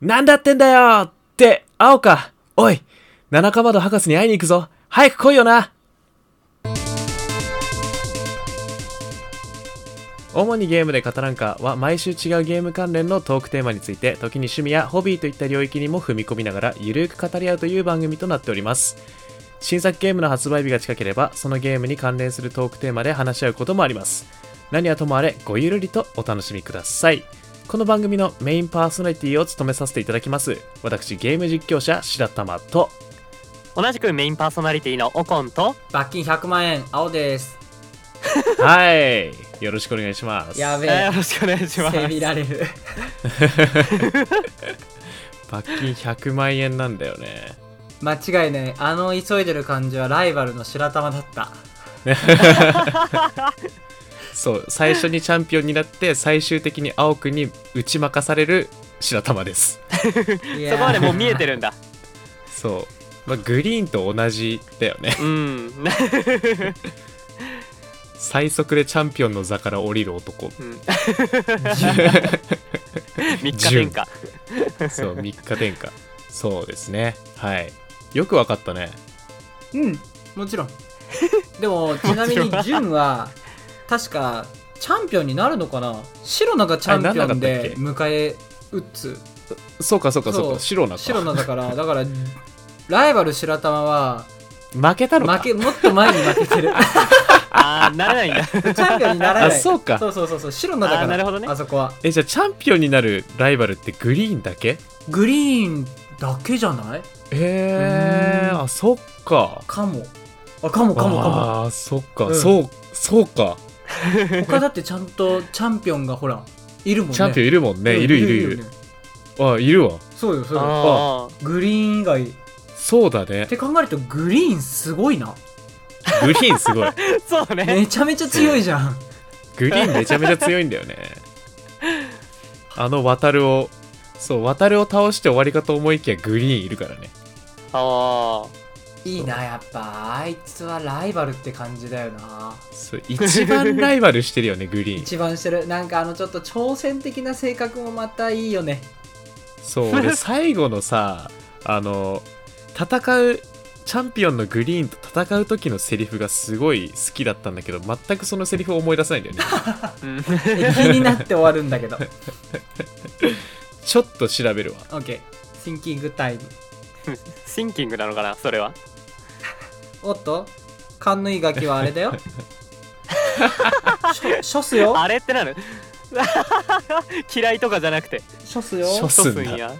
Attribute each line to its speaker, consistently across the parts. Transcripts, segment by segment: Speaker 1: なんだってんだよって、青か。おい、七かまど博士に会いに行くぞ。早く来いよな。主にゲームで語らんかは毎週違うゲーム関連のトークテーマについて時に趣味やホビーといった領域にも踏み込みながらゆるく語り合うという番組となっております新作ゲームの発売日が近ければそのゲームに関連するトークテーマで話し合うこともあります何はともあれごゆるりとお楽しみくださいこの番組のメインパーソナリティを務めさせていただきます私ゲーム実況者白玉と
Speaker 2: 同じくメインパーソナリティのオコンと
Speaker 3: 罰金100万円青です
Speaker 1: はいよろしくお願いします
Speaker 3: やべ
Speaker 2: えー
Speaker 3: え
Speaker 2: よろしくお願いします
Speaker 3: せびられる
Speaker 1: 罰金100万円なんだよね
Speaker 3: 間違いないあの急いでる感じはライバルの白玉だった
Speaker 1: そう最初にチャンピオンになって最終的に青くんに打ち負かされる白玉です
Speaker 3: い
Speaker 2: そこまでもう見えて
Speaker 3: る
Speaker 2: るんだ
Speaker 1: そう、まあ、グリーンと同じだよね
Speaker 2: うん
Speaker 1: 最速でチャンピオンの座から降りる男
Speaker 2: うん3日天下
Speaker 1: そう3日転下そうですねはいよくわかったね
Speaker 3: うんもちろん でもちなみ
Speaker 2: もちろ
Speaker 3: に
Speaker 2: ん
Speaker 3: 純は確かチャンピオンになるのかな白菜がチャンピオン
Speaker 1: あれ
Speaker 3: で
Speaker 1: な
Speaker 3: 迎え撃つ
Speaker 1: そうかそうかそう
Speaker 3: そ
Speaker 1: か
Speaker 3: う
Speaker 1: 白な
Speaker 3: 白
Speaker 1: か
Speaker 3: 菜だからだからライバル白玉は
Speaker 1: 負けたのか
Speaker 3: 負けもっと前に負 けてる
Speaker 2: ああならない んだ
Speaker 3: チャンピオンにならない
Speaker 1: あそうか
Speaker 3: そうそうそうそう白菜だから
Speaker 2: あーなるほどね
Speaker 3: あそこは
Speaker 1: えじゃあチャンピオンになるライバルってグリーンだけ
Speaker 3: グリーンだけじゃない
Speaker 1: えー、
Speaker 3: うーん
Speaker 1: あそっか
Speaker 3: かもあかもかもかも
Speaker 1: あーそっか、
Speaker 3: うん
Speaker 1: そうそうか
Speaker 3: 他だってちゃんとチャンピオンがほらいるもんね
Speaker 1: チャンピオンいるもんね、
Speaker 3: うん
Speaker 1: いるいるいる
Speaker 3: よね
Speaker 1: あいるわ
Speaker 3: そうよそうよ
Speaker 2: あー
Speaker 3: グリーン以外っ
Speaker 1: そうだ ね
Speaker 3: て考えるとグリーンすごいな
Speaker 1: グリーンすごい
Speaker 2: そうね
Speaker 3: めちゃめちゃ強いじゃん
Speaker 1: グリーンめちゃめちゃ強いんだよねあの渡るをそう渡るを倒して終わりかと思いきやグリーンいるからね
Speaker 2: あ
Speaker 3: いいなやっぱあいつはライバルって感じだよな
Speaker 1: そう一番ライバルしてるよねグリーン
Speaker 3: 一番してるなんかあのちょっと挑戦的な性格もまたいいよね
Speaker 1: そう俺最後の さあの戦うチャンピオンのグリーンと戦う時のセリフがすごい好きだったんだけど全くそのセリフを思い出せないんだよ ね
Speaker 2: ーうん
Speaker 3: 気になって終わるんだ けど
Speaker 1: ちょっと調べるわ
Speaker 3: OK シンキングタイム
Speaker 2: シンキングなのかなそれは
Speaker 3: おっと勘のいいガキはあれだよ しょしょすよ
Speaker 2: あれってなる 嫌いとかじゃなくて
Speaker 3: しょすよ
Speaker 1: しょ
Speaker 2: そ
Speaker 1: す
Speaker 2: うん
Speaker 1: だ
Speaker 2: や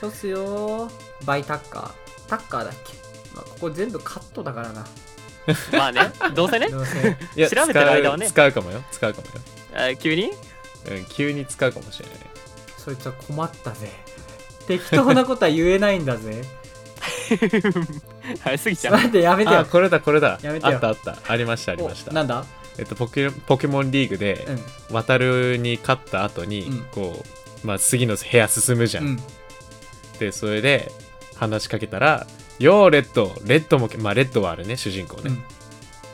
Speaker 3: しょすよバイタッカータッカーだっけ、まあ、ここ全部カットだからな
Speaker 2: まあねど うせね
Speaker 3: どうせ
Speaker 1: いや
Speaker 2: 調べてる間はね
Speaker 1: 使う使うかもよ使うかも
Speaker 2: あー急に
Speaker 1: よ、うん、急に使うかもしれない
Speaker 3: そいつは困ったぜ適当なことは言えないんだ ぜ
Speaker 2: 早すぎちゃう
Speaker 3: 待ってやめて
Speaker 1: あ
Speaker 3: よ
Speaker 1: これだこれだ
Speaker 3: やめてよ
Speaker 1: あったあったありましたありまし
Speaker 3: お
Speaker 1: た
Speaker 3: なんだ
Speaker 1: えっと、ポケポケモンリーグで、
Speaker 3: う
Speaker 1: 渡るに勝った後に、
Speaker 3: うん
Speaker 1: こう、まあ、次の部屋進むじゃん、
Speaker 3: んうん
Speaker 1: でそれで話しかけたら「よーレッドレッドも来まあレッドはあれね主人公ね、
Speaker 3: うん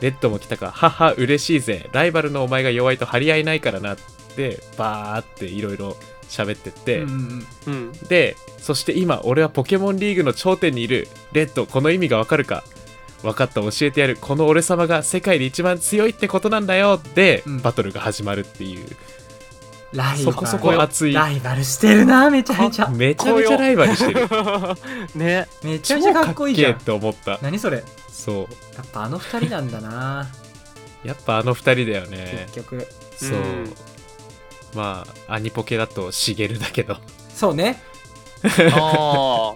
Speaker 1: レッドも来たかはは嬉しいぜライバルのお前が弱いと張り合いないからな」ってバーっていろいろ喋ってって、
Speaker 3: うんうん
Speaker 2: うん
Speaker 1: でそして今俺はポケモンリーグの頂点にいるレッドこの意味がわかるか分かった教えてやるこの俺様が世界で一番強いってことなんだよで、
Speaker 3: うん
Speaker 1: バトルが始まるっていう
Speaker 3: ライバル
Speaker 1: そこそこ熱い
Speaker 3: ライバルしてるなめちゃめちゃ
Speaker 1: めちゃめちゃライバルしてる
Speaker 2: ね
Speaker 3: めちゃめちゃかっこいいじ
Speaker 1: 超
Speaker 3: ゃん
Speaker 1: かっけえって思った
Speaker 3: 何それや
Speaker 1: そ
Speaker 3: っぱあの二人なんだ な
Speaker 1: うやっぱあの二人だよね
Speaker 3: 結局
Speaker 1: そう、
Speaker 2: うん
Speaker 1: まあアニポケだとしげるだけど
Speaker 3: そうね
Speaker 2: あ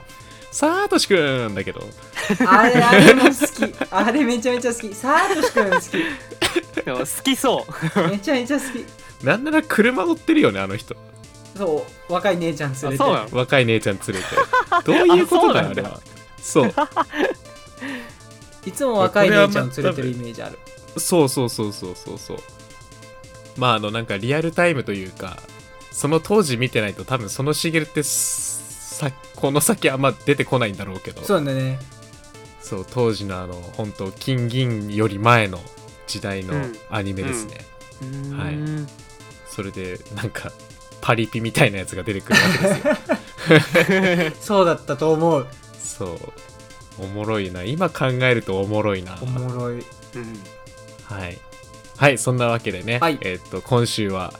Speaker 1: さあとしくんだけど
Speaker 3: あれあれも好きあれめちゃめちゃ好きサードシ君好
Speaker 2: あ
Speaker 3: き
Speaker 2: でも好きそう
Speaker 3: めちゃめちゃ好き
Speaker 1: なんなら車乗ってるよねあの人
Speaker 3: そう若い姉ちゃん連れて
Speaker 2: あそうなの
Speaker 1: 若い姉ちゃん連れてどういうことだよ
Speaker 2: あ
Speaker 1: あ
Speaker 2: そうなんだ
Speaker 1: れはそう
Speaker 3: いつも若い姉ちゃん連れてるイメージある
Speaker 1: そうそうそうそうそうそうまああのなんかリアルタイムというかその当時見てないと多分そのしげるってすさこの先あんま出てこないんだろうけど
Speaker 3: そうなんだね
Speaker 1: そう当時のあの本当金銀より前の時代の
Speaker 2: うん
Speaker 1: アニメですね、
Speaker 2: うーん
Speaker 1: はいそれでなんかパリピみたいなやつが出てくるわけですよ
Speaker 3: そうだったと思う
Speaker 1: そうおもろいな今考えるとおもろいな
Speaker 3: おもろい
Speaker 1: はい、はい、そんなわけでね、
Speaker 3: はい
Speaker 1: えーっと今週は、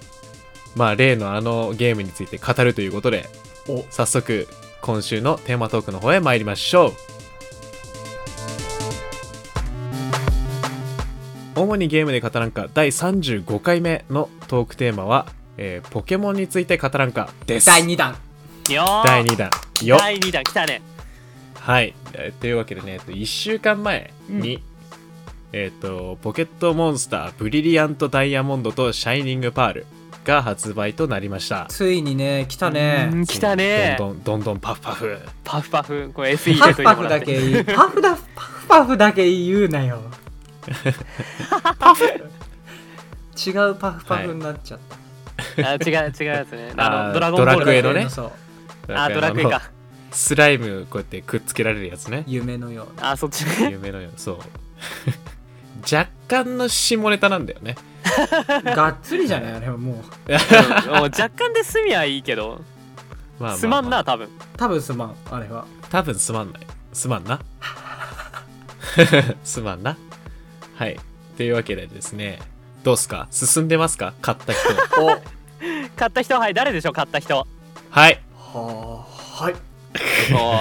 Speaker 1: まあ、例のあのゲームについて語るということで
Speaker 3: お
Speaker 1: 早速今週のテーマトークの方へ参りましょう主にゲームで語らんか第35回目のトークテーマは、えーポケモンについて語らんかです
Speaker 3: 第2弾
Speaker 2: うんよー
Speaker 1: 第2弾よ
Speaker 2: 第2弾来たね
Speaker 1: はい、えーというわけでね、えっと1週間前に、えっとポケットモンスターブリリアントダイヤモンドとシャイニングパールが発売となりました。
Speaker 3: ついにね来た
Speaker 2: う
Speaker 3: ね
Speaker 2: ん来たね
Speaker 1: どんどんどんどんパフパフ。
Speaker 2: パフパフこれ SE
Speaker 3: パ
Speaker 2: で
Speaker 3: フ
Speaker 2: とい
Speaker 3: パ
Speaker 2: ても
Speaker 3: フ
Speaker 2: ら
Speaker 3: だ
Speaker 2: って
Speaker 3: け言いパフだパフパフだけ言うなよ違うパフパフになっちゃった、
Speaker 2: あ違う違うやつね
Speaker 1: あ
Speaker 2: あ
Speaker 1: ー
Speaker 2: のドラゴンボー
Speaker 1: ド
Speaker 2: ル
Speaker 1: ラクエのね
Speaker 3: そう。
Speaker 2: あドラクエ
Speaker 1: なん
Speaker 2: か
Speaker 1: あの。スライムこうやってくっつけられるやつね
Speaker 3: 夢のような
Speaker 2: あそっちね
Speaker 1: 夢のようそう。 若干の下ネタなんだよね。
Speaker 3: がっつりじゃないあれはもう
Speaker 2: うんもう若干で済みはいいけど
Speaker 1: まあまあまあ
Speaker 2: すまんな。多分
Speaker 3: 多分すまんあれは
Speaker 1: 多分すまんない。すまんな。 すまんな。はい。というわけでですね、どうすか進んでますか買った人。
Speaker 3: おは
Speaker 2: 買った人はい誰でしょう買っ た人
Speaker 1: はい。
Speaker 3: あはい
Speaker 2: も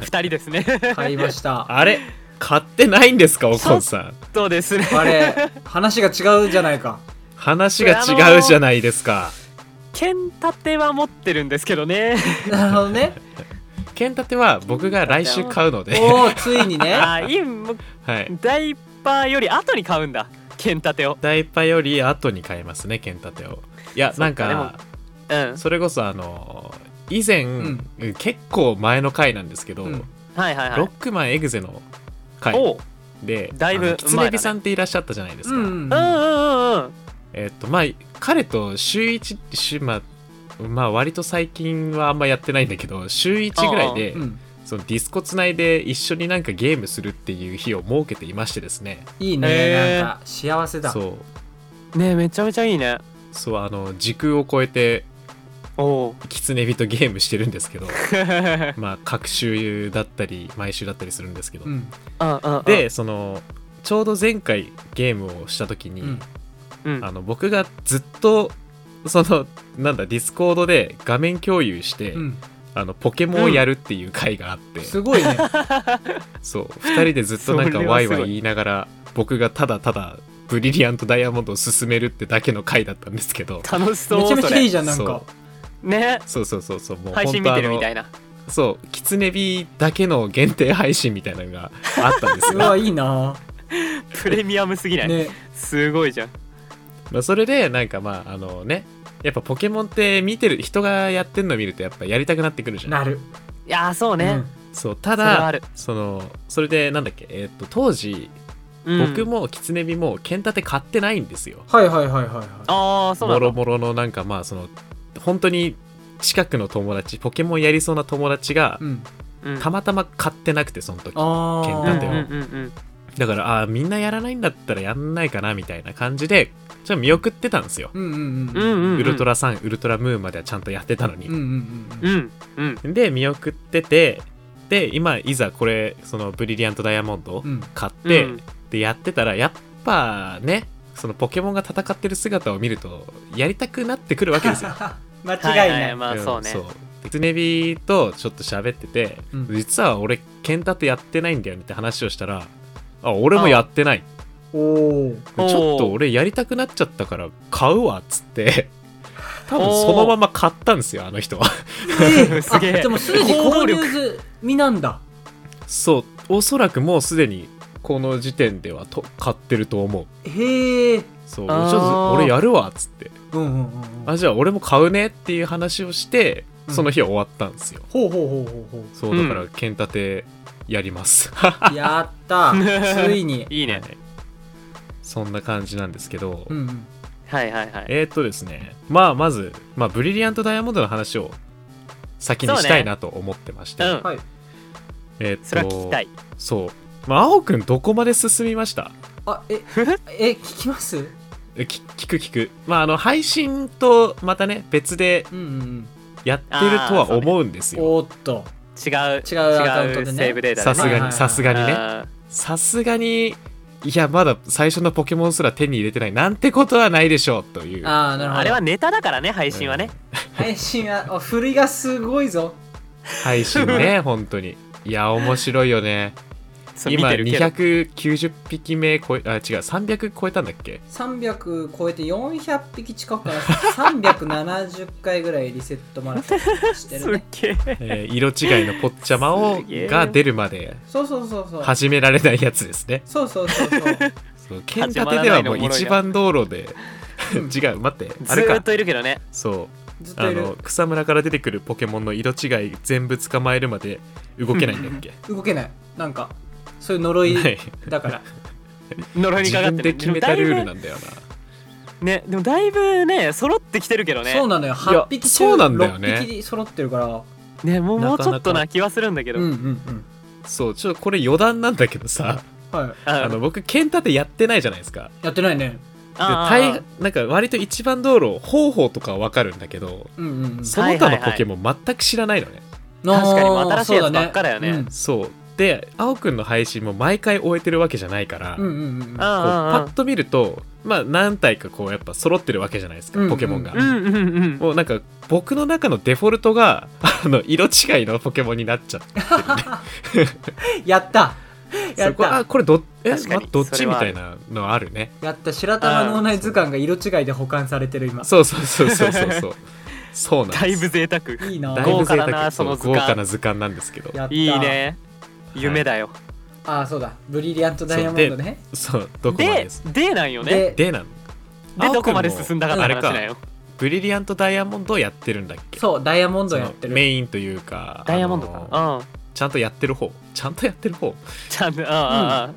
Speaker 2: う2人ですね
Speaker 3: 買いました
Speaker 1: あれ買ってないんですかおこんさん。
Speaker 2: そうですね
Speaker 3: あれ話が違うじゃないか
Speaker 1: 話が違うじゃないですか。
Speaker 2: 剣立ては持ってるんですけどね
Speaker 3: なるほどね
Speaker 1: 剣立ては僕が来週買うので、
Speaker 3: おおついにね
Speaker 2: あいいもう
Speaker 1: はい。
Speaker 2: ダイパーより後に買うんだ剣立てを
Speaker 1: ダイパより後に買いますね、剣立てを。いや、
Speaker 2: そ
Speaker 1: なん
Speaker 2: っか
Speaker 1: か、
Speaker 2: うん
Speaker 1: それこそあの、以前、
Speaker 3: ん
Speaker 1: 結構前の回なんですけど、
Speaker 3: うん
Speaker 2: はいはいはい
Speaker 1: ロックマンエグゼの回。
Speaker 2: おう
Speaker 1: で、
Speaker 2: だいぶ
Speaker 1: あのキツネビさんっていらっしゃったじゃないです
Speaker 3: う
Speaker 1: か。
Speaker 3: ん
Speaker 2: うんうんうんうん
Speaker 1: えっと、まあ、彼と週1、週、まあ、まあ、割と最近はあんまやってないんだけど、週1ぐらいで、
Speaker 3: うん
Speaker 1: そのディスコつないで一緒になんかゲームするっていう日を設けていましてですね。
Speaker 3: いいね、
Speaker 2: へー
Speaker 3: なんか幸せだ
Speaker 1: そう。
Speaker 2: ねめちゃめちゃいいね
Speaker 1: そう、あの、時空を超えて、
Speaker 2: おう
Speaker 1: キツネビとゲームしてるんですけど、 まあ、各週だったり、毎週だったりするんですけど。
Speaker 3: うん
Speaker 2: で、
Speaker 1: で、その、ちょうど前回ゲームをした時に、
Speaker 3: うん
Speaker 2: うん
Speaker 1: あの僕がずっとそのなんだディスコードで画面共有して、
Speaker 3: うん
Speaker 1: あのポケモンをやるっていう回があって、
Speaker 3: すごいね
Speaker 1: そう2人でずっとなんか
Speaker 2: それはすごい
Speaker 1: ワイワイ言いながら僕がただただブリリアントダイヤモンドを進めるってだけの回だったんですけど
Speaker 2: 楽しそう
Speaker 3: めちゃめちゃいいじゃんなん
Speaker 1: そ
Speaker 3: か
Speaker 1: う
Speaker 2: それね
Speaker 1: そうそうそうそうもう
Speaker 2: 配信見てるみたい
Speaker 1: な
Speaker 2: な
Speaker 1: そうキツネビだけの限定配信みたいなのがあったんです
Speaker 3: う
Speaker 1: よ
Speaker 3: わいいな
Speaker 2: プレミアムすぎない、
Speaker 3: ね
Speaker 2: すごいじゃん
Speaker 1: まあそれでなんかまああのねやっぱポケモンって見てる人がやってんの見るとやっぱやりたくなってくるじゃん
Speaker 3: なる
Speaker 2: いやーそうね、
Speaker 1: そうた
Speaker 2: それは
Speaker 1: だ
Speaker 2: あ
Speaker 1: そ
Speaker 2: る
Speaker 1: のそれでなんだっけ、えーっと当時、
Speaker 2: うん
Speaker 1: 僕もキツネビも剣立て買ってないんですよ
Speaker 3: はいはいはいはいは
Speaker 2: ああそうな
Speaker 1: も
Speaker 2: んだ
Speaker 1: ろもろのなんかまあその本当に近くの友達ポケモンやりそうな友達が
Speaker 3: い、うん、
Speaker 2: うん
Speaker 1: たまたま買ってなくてその時
Speaker 3: あ
Speaker 1: 剣
Speaker 2: うん
Speaker 1: 立て
Speaker 2: うん
Speaker 1: を
Speaker 2: う
Speaker 3: ー
Speaker 2: んうん
Speaker 1: だからあーみんなやらないんだったらやんないかなみたいな感じでちょっと見送ってたんですよ、
Speaker 3: うんうん
Speaker 2: うんうんうん
Speaker 1: ウルトラサンウルトラムーンまではちゃんとやってたのに
Speaker 3: うんう、んうん
Speaker 2: うんうん
Speaker 1: で見送っててで今いざこれそのブリリアントダイヤモンドを
Speaker 3: うん。
Speaker 1: 買って、
Speaker 2: うん
Speaker 1: でやってたらやっぱねそのポケモンが戦ってる姿を見るとやりたくなってくるわけですよ
Speaker 3: 間違い
Speaker 2: は
Speaker 3: な
Speaker 2: はい まあそうね
Speaker 1: んでキツネビとちょっと喋ってて、
Speaker 3: うん
Speaker 1: 実は俺剣立てやってないんだよねって話をしたら「あ俺もやってない
Speaker 3: お
Speaker 1: ちょ
Speaker 2: お
Speaker 3: お
Speaker 2: ー
Speaker 1: っと俺やりたくなっちゃったから買うわ」っつって 多分そのまま買ったんですよあの人は
Speaker 2: すげえ
Speaker 3: でもすでに購入済みなんだ
Speaker 1: そうおそらくもうすでにこの時点ではと買ってると思う
Speaker 3: へえ
Speaker 1: そうち
Speaker 2: あ
Speaker 1: ょ
Speaker 2: ー
Speaker 1: っと俺やるわっつって
Speaker 3: うんうんうんうん
Speaker 1: あじゃあ俺も買うねっていう話をして
Speaker 3: うん
Speaker 1: その日は終わったんですよ、
Speaker 3: ほうほうほうほうほ
Speaker 1: そううんだから剣立てやります、
Speaker 3: うやったついに
Speaker 2: いいね
Speaker 1: そんな感じなんですけど、
Speaker 3: うんうん
Speaker 2: はいはいはい
Speaker 1: えーっとですねまあまず、まあ、ブリリアントダイヤモンドの話を先にしたいなと思ってまして、
Speaker 2: そうねうん
Speaker 3: はい
Speaker 1: えーっと
Speaker 2: それは聞きたい
Speaker 1: そうまあ青くんどこまで進みました
Speaker 3: あええ聞きます
Speaker 1: えき聞く聞くまああの配信とまたね別で
Speaker 3: うんうん
Speaker 1: やってるとは思うんです
Speaker 3: うん
Speaker 1: よ
Speaker 3: おーっと
Speaker 2: 違う
Speaker 3: 違うアカウント
Speaker 2: 違
Speaker 3: でね
Speaker 2: うセーブデータ
Speaker 1: さす
Speaker 3: はい
Speaker 1: が
Speaker 3: はいは
Speaker 1: に
Speaker 3: い
Speaker 1: さすがにね
Speaker 2: あ
Speaker 1: さすがにいやまだ最初のポケモンすら手に入れてないなんてことはないでしょうという
Speaker 3: ああな
Speaker 2: ー
Speaker 3: るほど
Speaker 2: あれはネタだからね配信はね、
Speaker 3: 配信はお振りがすごいぞ
Speaker 1: 配信 ね本当にいや面白いよね
Speaker 2: そう見
Speaker 1: 今
Speaker 2: てるけど
Speaker 1: 290匹目超えあ違う300超えたんだっけ
Speaker 3: 300超えて400匹近くか な370回ぐらいリセットマラソンして
Speaker 2: す
Speaker 3: る
Speaker 2: っ
Speaker 3: ね
Speaker 2: げえ
Speaker 1: え ー色違いのポッチャマを
Speaker 2: すげえ
Speaker 1: が出るまで
Speaker 3: そうそうそうそう
Speaker 1: 始められないやつですね。
Speaker 3: そうそうそうそう
Speaker 1: そう剣立てではもう一番道路 で違う待ってあ
Speaker 2: ず
Speaker 1: れ
Speaker 2: ーっ
Speaker 1: か
Speaker 2: といるけどね
Speaker 1: そう
Speaker 3: ずっ
Speaker 1: あ
Speaker 3: とい
Speaker 1: の
Speaker 3: る
Speaker 1: 草むらから出てくるポケモンの色違い全部捕まえるまで動けないんだ っけ
Speaker 3: 動けないなんかそういう呪い
Speaker 1: はい
Speaker 3: だから
Speaker 2: 呪いに
Speaker 1: 自
Speaker 2: かかっ
Speaker 1: 分
Speaker 2: てる
Speaker 1: で決めたルール
Speaker 2: だい
Speaker 1: なんだよな。
Speaker 2: ぶねでもだいぶね揃ってきてるけどね
Speaker 3: そうなのよ8匹中
Speaker 1: そうなんだよね
Speaker 3: 6匹揃ってるから
Speaker 2: ねもう
Speaker 1: なかなか
Speaker 2: もうちょっとな気はするんだけど、
Speaker 3: うんうんうん
Speaker 1: そうちょっとこれ余談なんだけどさ
Speaker 3: は
Speaker 2: あ
Speaker 1: あの僕剣立てやってないじゃないですか。
Speaker 3: いやってないね
Speaker 1: で
Speaker 2: あー
Speaker 1: 大なんか割と一番道路方法とかは分かるんだけど
Speaker 3: うんうんうん
Speaker 1: その他のポケモン全く知らないのね。
Speaker 2: 確かに
Speaker 3: あー
Speaker 2: 新しいやつばっかだよね
Speaker 3: そう
Speaker 1: そうで青くんの配信も毎回終えてるわけじゃないから、
Speaker 3: うん
Speaker 1: こう
Speaker 3: うんうんうん
Speaker 2: あ
Speaker 1: パッと見るとまあ何体かこうやっぱ揃ってるわけじゃないですか、
Speaker 3: うんうん
Speaker 1: ポケモンが、
Speaker 2: うんうんうん
Speaker 1: もうなんか僕の中のデフォルトが あの色違いのポケモンになっちゃって
Speaker 3: やったや
Speaker 1: そ
Speaker 3: っ
Speaker 1: こあ
Speaker 3: た
Speaker 1: これどえ、
Speaker 2: 確か
Speaker 1: ま
Speaker 2: に
Speaker 1: どっ
Speaker 2: そ
Speaker 1: ち
Speaker 2: れ
Speaker 1: み
Speaker 2: はあ
Speaker 1: た
Speaker 2: る
Speaker 1: いなのあるね
Speaker 3: やった白玉脳内図鑑が色違いで保管されて る今
Speaker 1: そうそうそうそうそうそうそうなん
Speaker 2: だい
Speaker 1: です
Speaker 2: ぶ贅沢
Speaker 3: いいな
Speaker 1: だいぶ贅
Speaker 2: 豪華だな
Speaker 1: 沢
Speaker 2: そ
Speaker 1: そ
Speaker 2: の
Speaker 1: う
Speaker 2: 図鑑
Speaker 1: 豪華な図鑑なんですけど
Speaker 3: やった
Speaker 2: いいね夢だよ、
Speaker 3: ああそうだブリリアントダイヤモンドね
Speaker 1: そうどこまで
Speaker 2: で
Speaker 1: です
Speaker 2: でなんよねで
Speaker 3: で
Speaker 1: でなの青くんも
Speaker 2: どこまで進んだかの
Speaker 1: あれ
Speaker 2: 話なんよ
Speaker 1: ブリリアントダイヤモンドをやってるんだっけ
Speaker 3: そうダイヤモンドやって
Speaker 1: その
Speaker 3: る
Speaker 1: メインというか
Speaker 2: ダイヤモンドか
Speaker 1: あの
Speaker 2: なうん
Speaker 1: ちゃんとやってる方ちゃんとやってる方
Speaker 2: ちゃんとあ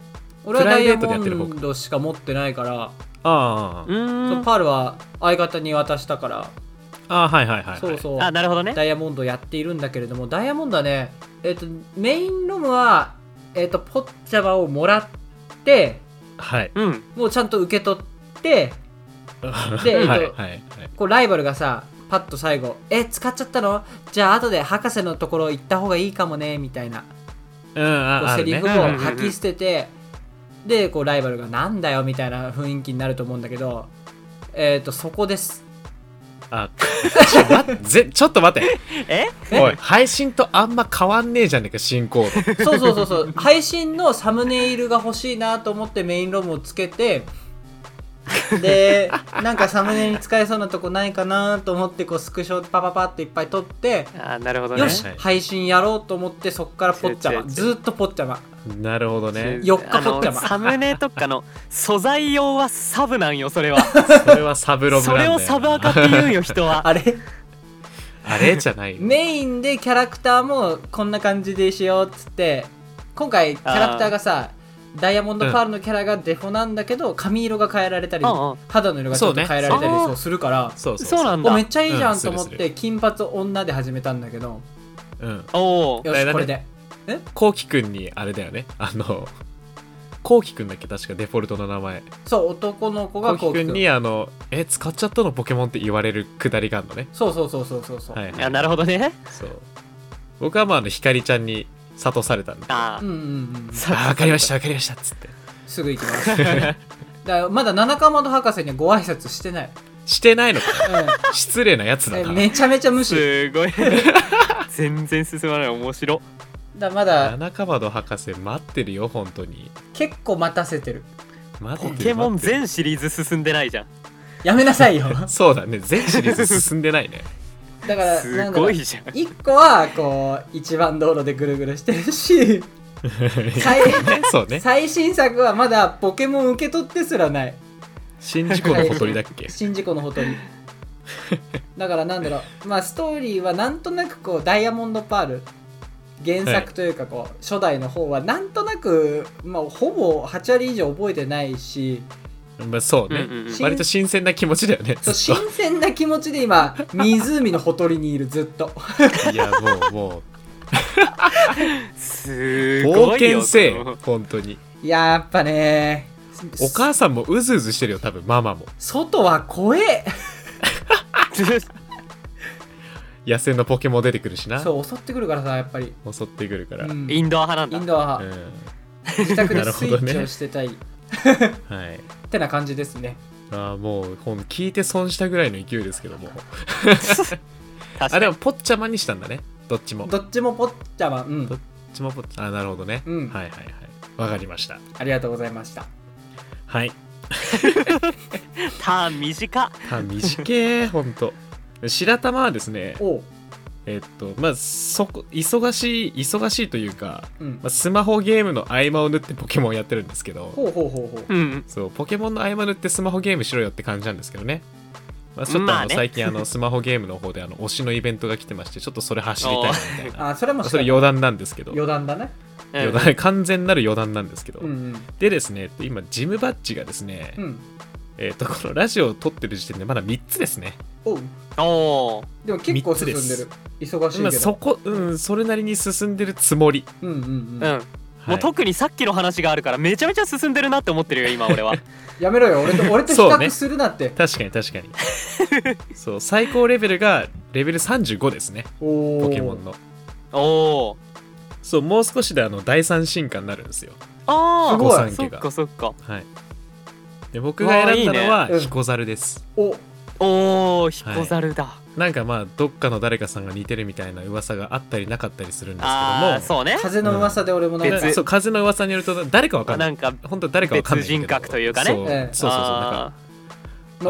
Speaker 3: 俺は
Speaker 1: プ
Speaker 3: ダ
Speaker 1: ライ
Speaker 3: イ
Speaker 1: ベ
Speaker 3: ヤ
Speaker 1: ートでやってる
Speaker 3: モンドしか持ってないから
Speaker 1: あ
Speaker 2: あ
Speaker 1: あ
Speaker 2: う
Speaker 3: そ
Speaker 2: ー
Speaker 3: うんパールは相方に渡したから
Speaker 1: ああはいはいはい、はい、
Speaker 3: そうそう
Speaker 2: あなるほどね
Speaker 3: ダイヤモンドやっているんだけれどもダイヤモンドはね、えっとメインロムは、えっとポッチャマをもらって
Speaker 1: はい
Speaker 2: うん
Speaker 3: もうちゃんと受け取って
Speaker 1: はい
Speaker 3: えっと
Speaker 1: はいはい
Speaker 3: こうライバルがさパッと最後「え使っちゃったのじゃあ後で博士のところ行った方がいいかもね」みたいな
Speaker 1: うんあ
Speaker 3: こう
Speaker 1: あ
Speaker 3: セ
Speaker 1: る
Speaker 3: リ
Speaker 1: ね
Speaker 3: フを
Speaker 2: うんうんうん
Speaker 3: 吐き捨てて、でこうライバルが「なんだよ」みたいな雰囲気になると思うんだけど、えっとそこです
Speaker 1: あちょ待ってぜちょっと待 って
Speaker 2: え
Speaker 1: おい配信とあんま変わんねえじゃねえか進 行度
Speaker 3: そうそうそうそう 配信のサムネイルが欲しいなと思ってメインロムをつけてでなんかサムネに使えそうなとこないかなと思ってこうスクショパパパっていっぱい撮って、
Speaker 2: あなるほどね
Speaker 3: よし
Speaker 1: はい
Speaker 3: 配信やろうと思ってそっからポッチャ
Speaker 2: 違う違
Speaker 3: マ
Speaker 2: う違う
Speaker 3: ずーっとポッチャマ
Speaker 1: なるほどね
Speaker 3: よっか
Speaker 2: あの
Speaker 3: ぽっちゃま
Speaker 2: サムネとかの素材用はサブなんよそれは
Speaker 1: それはサ ブロブな
Speaker 2: そ
Speaker 1: んだ
Speaker 2: れ
Speaker 1: よ
Speaker 2: をサブアカって言うんよ 人は
Speaker 3: あれ
Speaker 1: あれじゃないよ
Speaker 3: メインでキャラクターもこんな感じでしようっつって今回キャラクターがさダイヤモンドパールのキャラがデフォなんだけど髪色が変えられたり
Speaker 2: うんうん
Speaker 3: 肌の色がちょっと変えられたり
Speaker 2: そうね
Speaker 3: そうするから
Speaker 1: そうそう
Speaker 2: そうなんだ
Speaker 3: おめっちゃいいじゃんと思っ
Speaker 1: うんする
Speaker 3: て金髪女で始めたんだけど
Speaker 1: うん
Speaker 2: おお
Speaker 3: よ
Speaker 1: だいだ
Speaker 3: し
Speaker 1: ね
Speaker 3: これで
Speaker 1: こうきくんにあれだよねあのこうきくんだっけ確かデフォルトの名前
Speaker 3: そう男の子
Speaker 1: こ
Speaker 3: が
Speaker 1: う
Speaker 3: こ
Speaker 1: き
Speaker 3: う
Speaker 1: く
Speaker 3: き
Speaker 1: ん
Speaker 3: くん
Speaker 1: にあのえ使っちゃったのポケモンって言われるくだりがあるのね
Speaker 3: そうそうそうそうそうそう
Speaker 1: はいはい
Speaker 2: あなるほどね
Speaker 1: そう僕はまああのひかりちゃんに諭されたんで
Speaker 2: あ
Speaker 3: うんうんうん
Speaker 1: 「あ分かりました分かりました」っつって
Speaker 3: すぐ行きます だからまだ七かまど博士にはご挨拶してない、
Speaker 1: してないの か
Speaker 3: う
Speaker 1: 失礼なやつだ
Speaker 3: んえ、
Speaker 1: な
Speaker 3: めちゃめちゃ無視
Speaker 2: すごい 全然進まない面白
Speaker 3: だまだ
Speaker 1: 七かまど博士待ってるよ本当に
Speaker 3: 結構待たせてる
Speaker 1: 待っ
Speaker 2: ポ
Speaker 1: てる
Speaker 2: ケモン
Speaker 1: 待ってる
Speaker 2: 全シリーズ進んでないじゃん
Speaker 3: やめなさいよ
Speaker 1: そうだね全シリーズ進んでない ね
Speaker 3: だからな
Speaker 2: す
Speaker 3: んだろ
Speaker 2: ご
Speaker 3: う
Speaker 2: いじゃん
Speaker 3: 一個はこう一番道路でぐるぐるしてるし最
Speaker 1: そうね
Speaker 3: 最新作はまだポケモン受け取ってすらない
Speaker 1: 宍道湖のほとりだっけ
Speaker 3: 宍道湖のほとりだからなんだろうまあストーリーはなんとなくこうダイヤモンドパール原作というかこう初代の方はなんとなく、まあ、ほぼ8割以上覚えてないし
Speaker 1: まあそうね、
Speaker 2: うんうんうん
Speaker 1: 割と新鮮な気持ちだよねず
Speaker 3: そう
Speaker 1: っと
Speaker 3: 新鮮な気持ちで今湖のほとりにいるずっと
Speaker 1: いやもうもう
Speaker 2: すごい
Speaker 1: 冒
Speaker 2: よ
Speaker 1: 険せえ
Speaker 2: この
Speaker 1: 本当に
Speaker 3: やっぱね
Speaker 1: お母さんもうずうずしてるよ多分ママも
Speaker 3: 外は怖え
Speaker 1: 野生のポケモン出てくるしな
Speaker 3: そう襲ってくるからさやっぱり、
Speaker 1: 襲ってくるから、
Speaker 3: う
Speaker 1: うん
Speaker 3: ん
Speaker 2: インドア派
Speaker 3: イ
Speaker 2: なん
Speaker 3: ン
Speaker 2: だ。
Speaker 3: ドア派、自宅で
Speaker 1: なる
Speaker 3: ス
Speaker 1: ほ
Speaker 3: イ
Speaker 1: どね
Speaker 3: ッチをしてたい、
Speaker 1: はい
Speaker 3: ってな感じですね
Speaker 1: あーもうほん聞いて損したぐらいの勢いですけども
Speaker 2: 確か
Speaker 1: あ
Speaker 2: に
Speaker 1: でもポッチャマにしたんだねどっちもど
Speaker 3: どっちもポッチャマうん
Speaker 1: どっっちもポッチャあなるほどね、
Speaker 3: うん
Speaker 1: はいはいはいわかりました
Speaker 3: ありがとうございました
Speaker 1: はい
Speaker 2: ターン短っ。
Speaker 1: あ短えほんと白玉はですね
Speaker 3: おう
Speaker 1: えっとまあそこ忙しい忙しいというか、
Speaker 3: うん
Speaker 1: まあ、スマホゲームの合間を縫ってポケモンやってるんですけど
Speaker 3: ほうほうほうほう
Speaker 2: うん。
Speaker 1: そうポケモンの合間縫ってスマホゲームしろよって感じなんですけどね、まあ、ちょっとあの
Speaker 2: まあね
Speaker 1: 最近あ のスマホゲームの方であの推しのイベントが来てましてちょっとそれ走りたいなみたいな
Speaker 3: あそれも
Speaker 1: まあそれ余談なんですけど
Speaker 3: 余談だね
Speaker 1: 余談完全なる余談なんですけど、
Speaker 3: うんうん
Speaker 1: でですね今ジムバッジがですね、
Speaker 3: うん
Speaker 1: えっとこのラジオを撮ってる時点でまだ3つですね
Speaker 3: おう
Speaker 2: おお。
Speaker 3: でも結構進んでる
Speaker 1: 三つです
Speaker 3: 忙しいけど、
Speaker 1: まあそこうんそれなりに進んでるつもり、
Speaker 3: うんうんうん、
Speaker 2: うん。も
Speaker 1: は
Speaker 2: う
Speaker 1: い
Speaker 2: 特にさっきの話があるからめちゃめちゃ進んでるなって思ってるよ今俺 は。
Speaker 3: やめろよ俺と俺と比
Speaker 1: そうね
Speaker 3: 較するなって、
Speaker 1: 確かに確かにそう最高レベルがレベル35ですね
Speaker 3: お
Speaker 1: ポケモン
Speaker 3: の
Speaker 1: の
Speaker 2: おお。
Speaker 1: そうもう少しであの第3進化になるんですよ
Speaker 2: あ
Speaker 3: す
Speaker 2: あ。
Speaker 3: ごい
Speaker 1: 御三
Speaker 2: そ
Speaker 1: 家
Speaker 2: っ
Speaker 1: が
Speaker 2: かそっか。
Speaker 1: はいで僕が選んだの
Speaker 3: あー
Speaker 1: はい
Speaker 3: いねうん
Speaker 1: 彦猿です、
Speaker 3: お
Speaker 2: おお彦猿だ。
Speaker 1: なんかまあどっかの誰かさんが似てるみたいな噂があったりなかったりするんですけども
Speaker 2: ああそうね。
Speaker 3: 風の噂で俺もなんか、
Speaker 1: なんかそう風の噂によると誰かわかんな
Speaker 2: ないんか
Speaker 1: 本当誰かわかんないんだけど
Speaker 2: 別人格というかね
Speaker 1: そう,、
Speaker 3: ええ
Speaker 1: そうそうそうなんか
Speaker 2: あ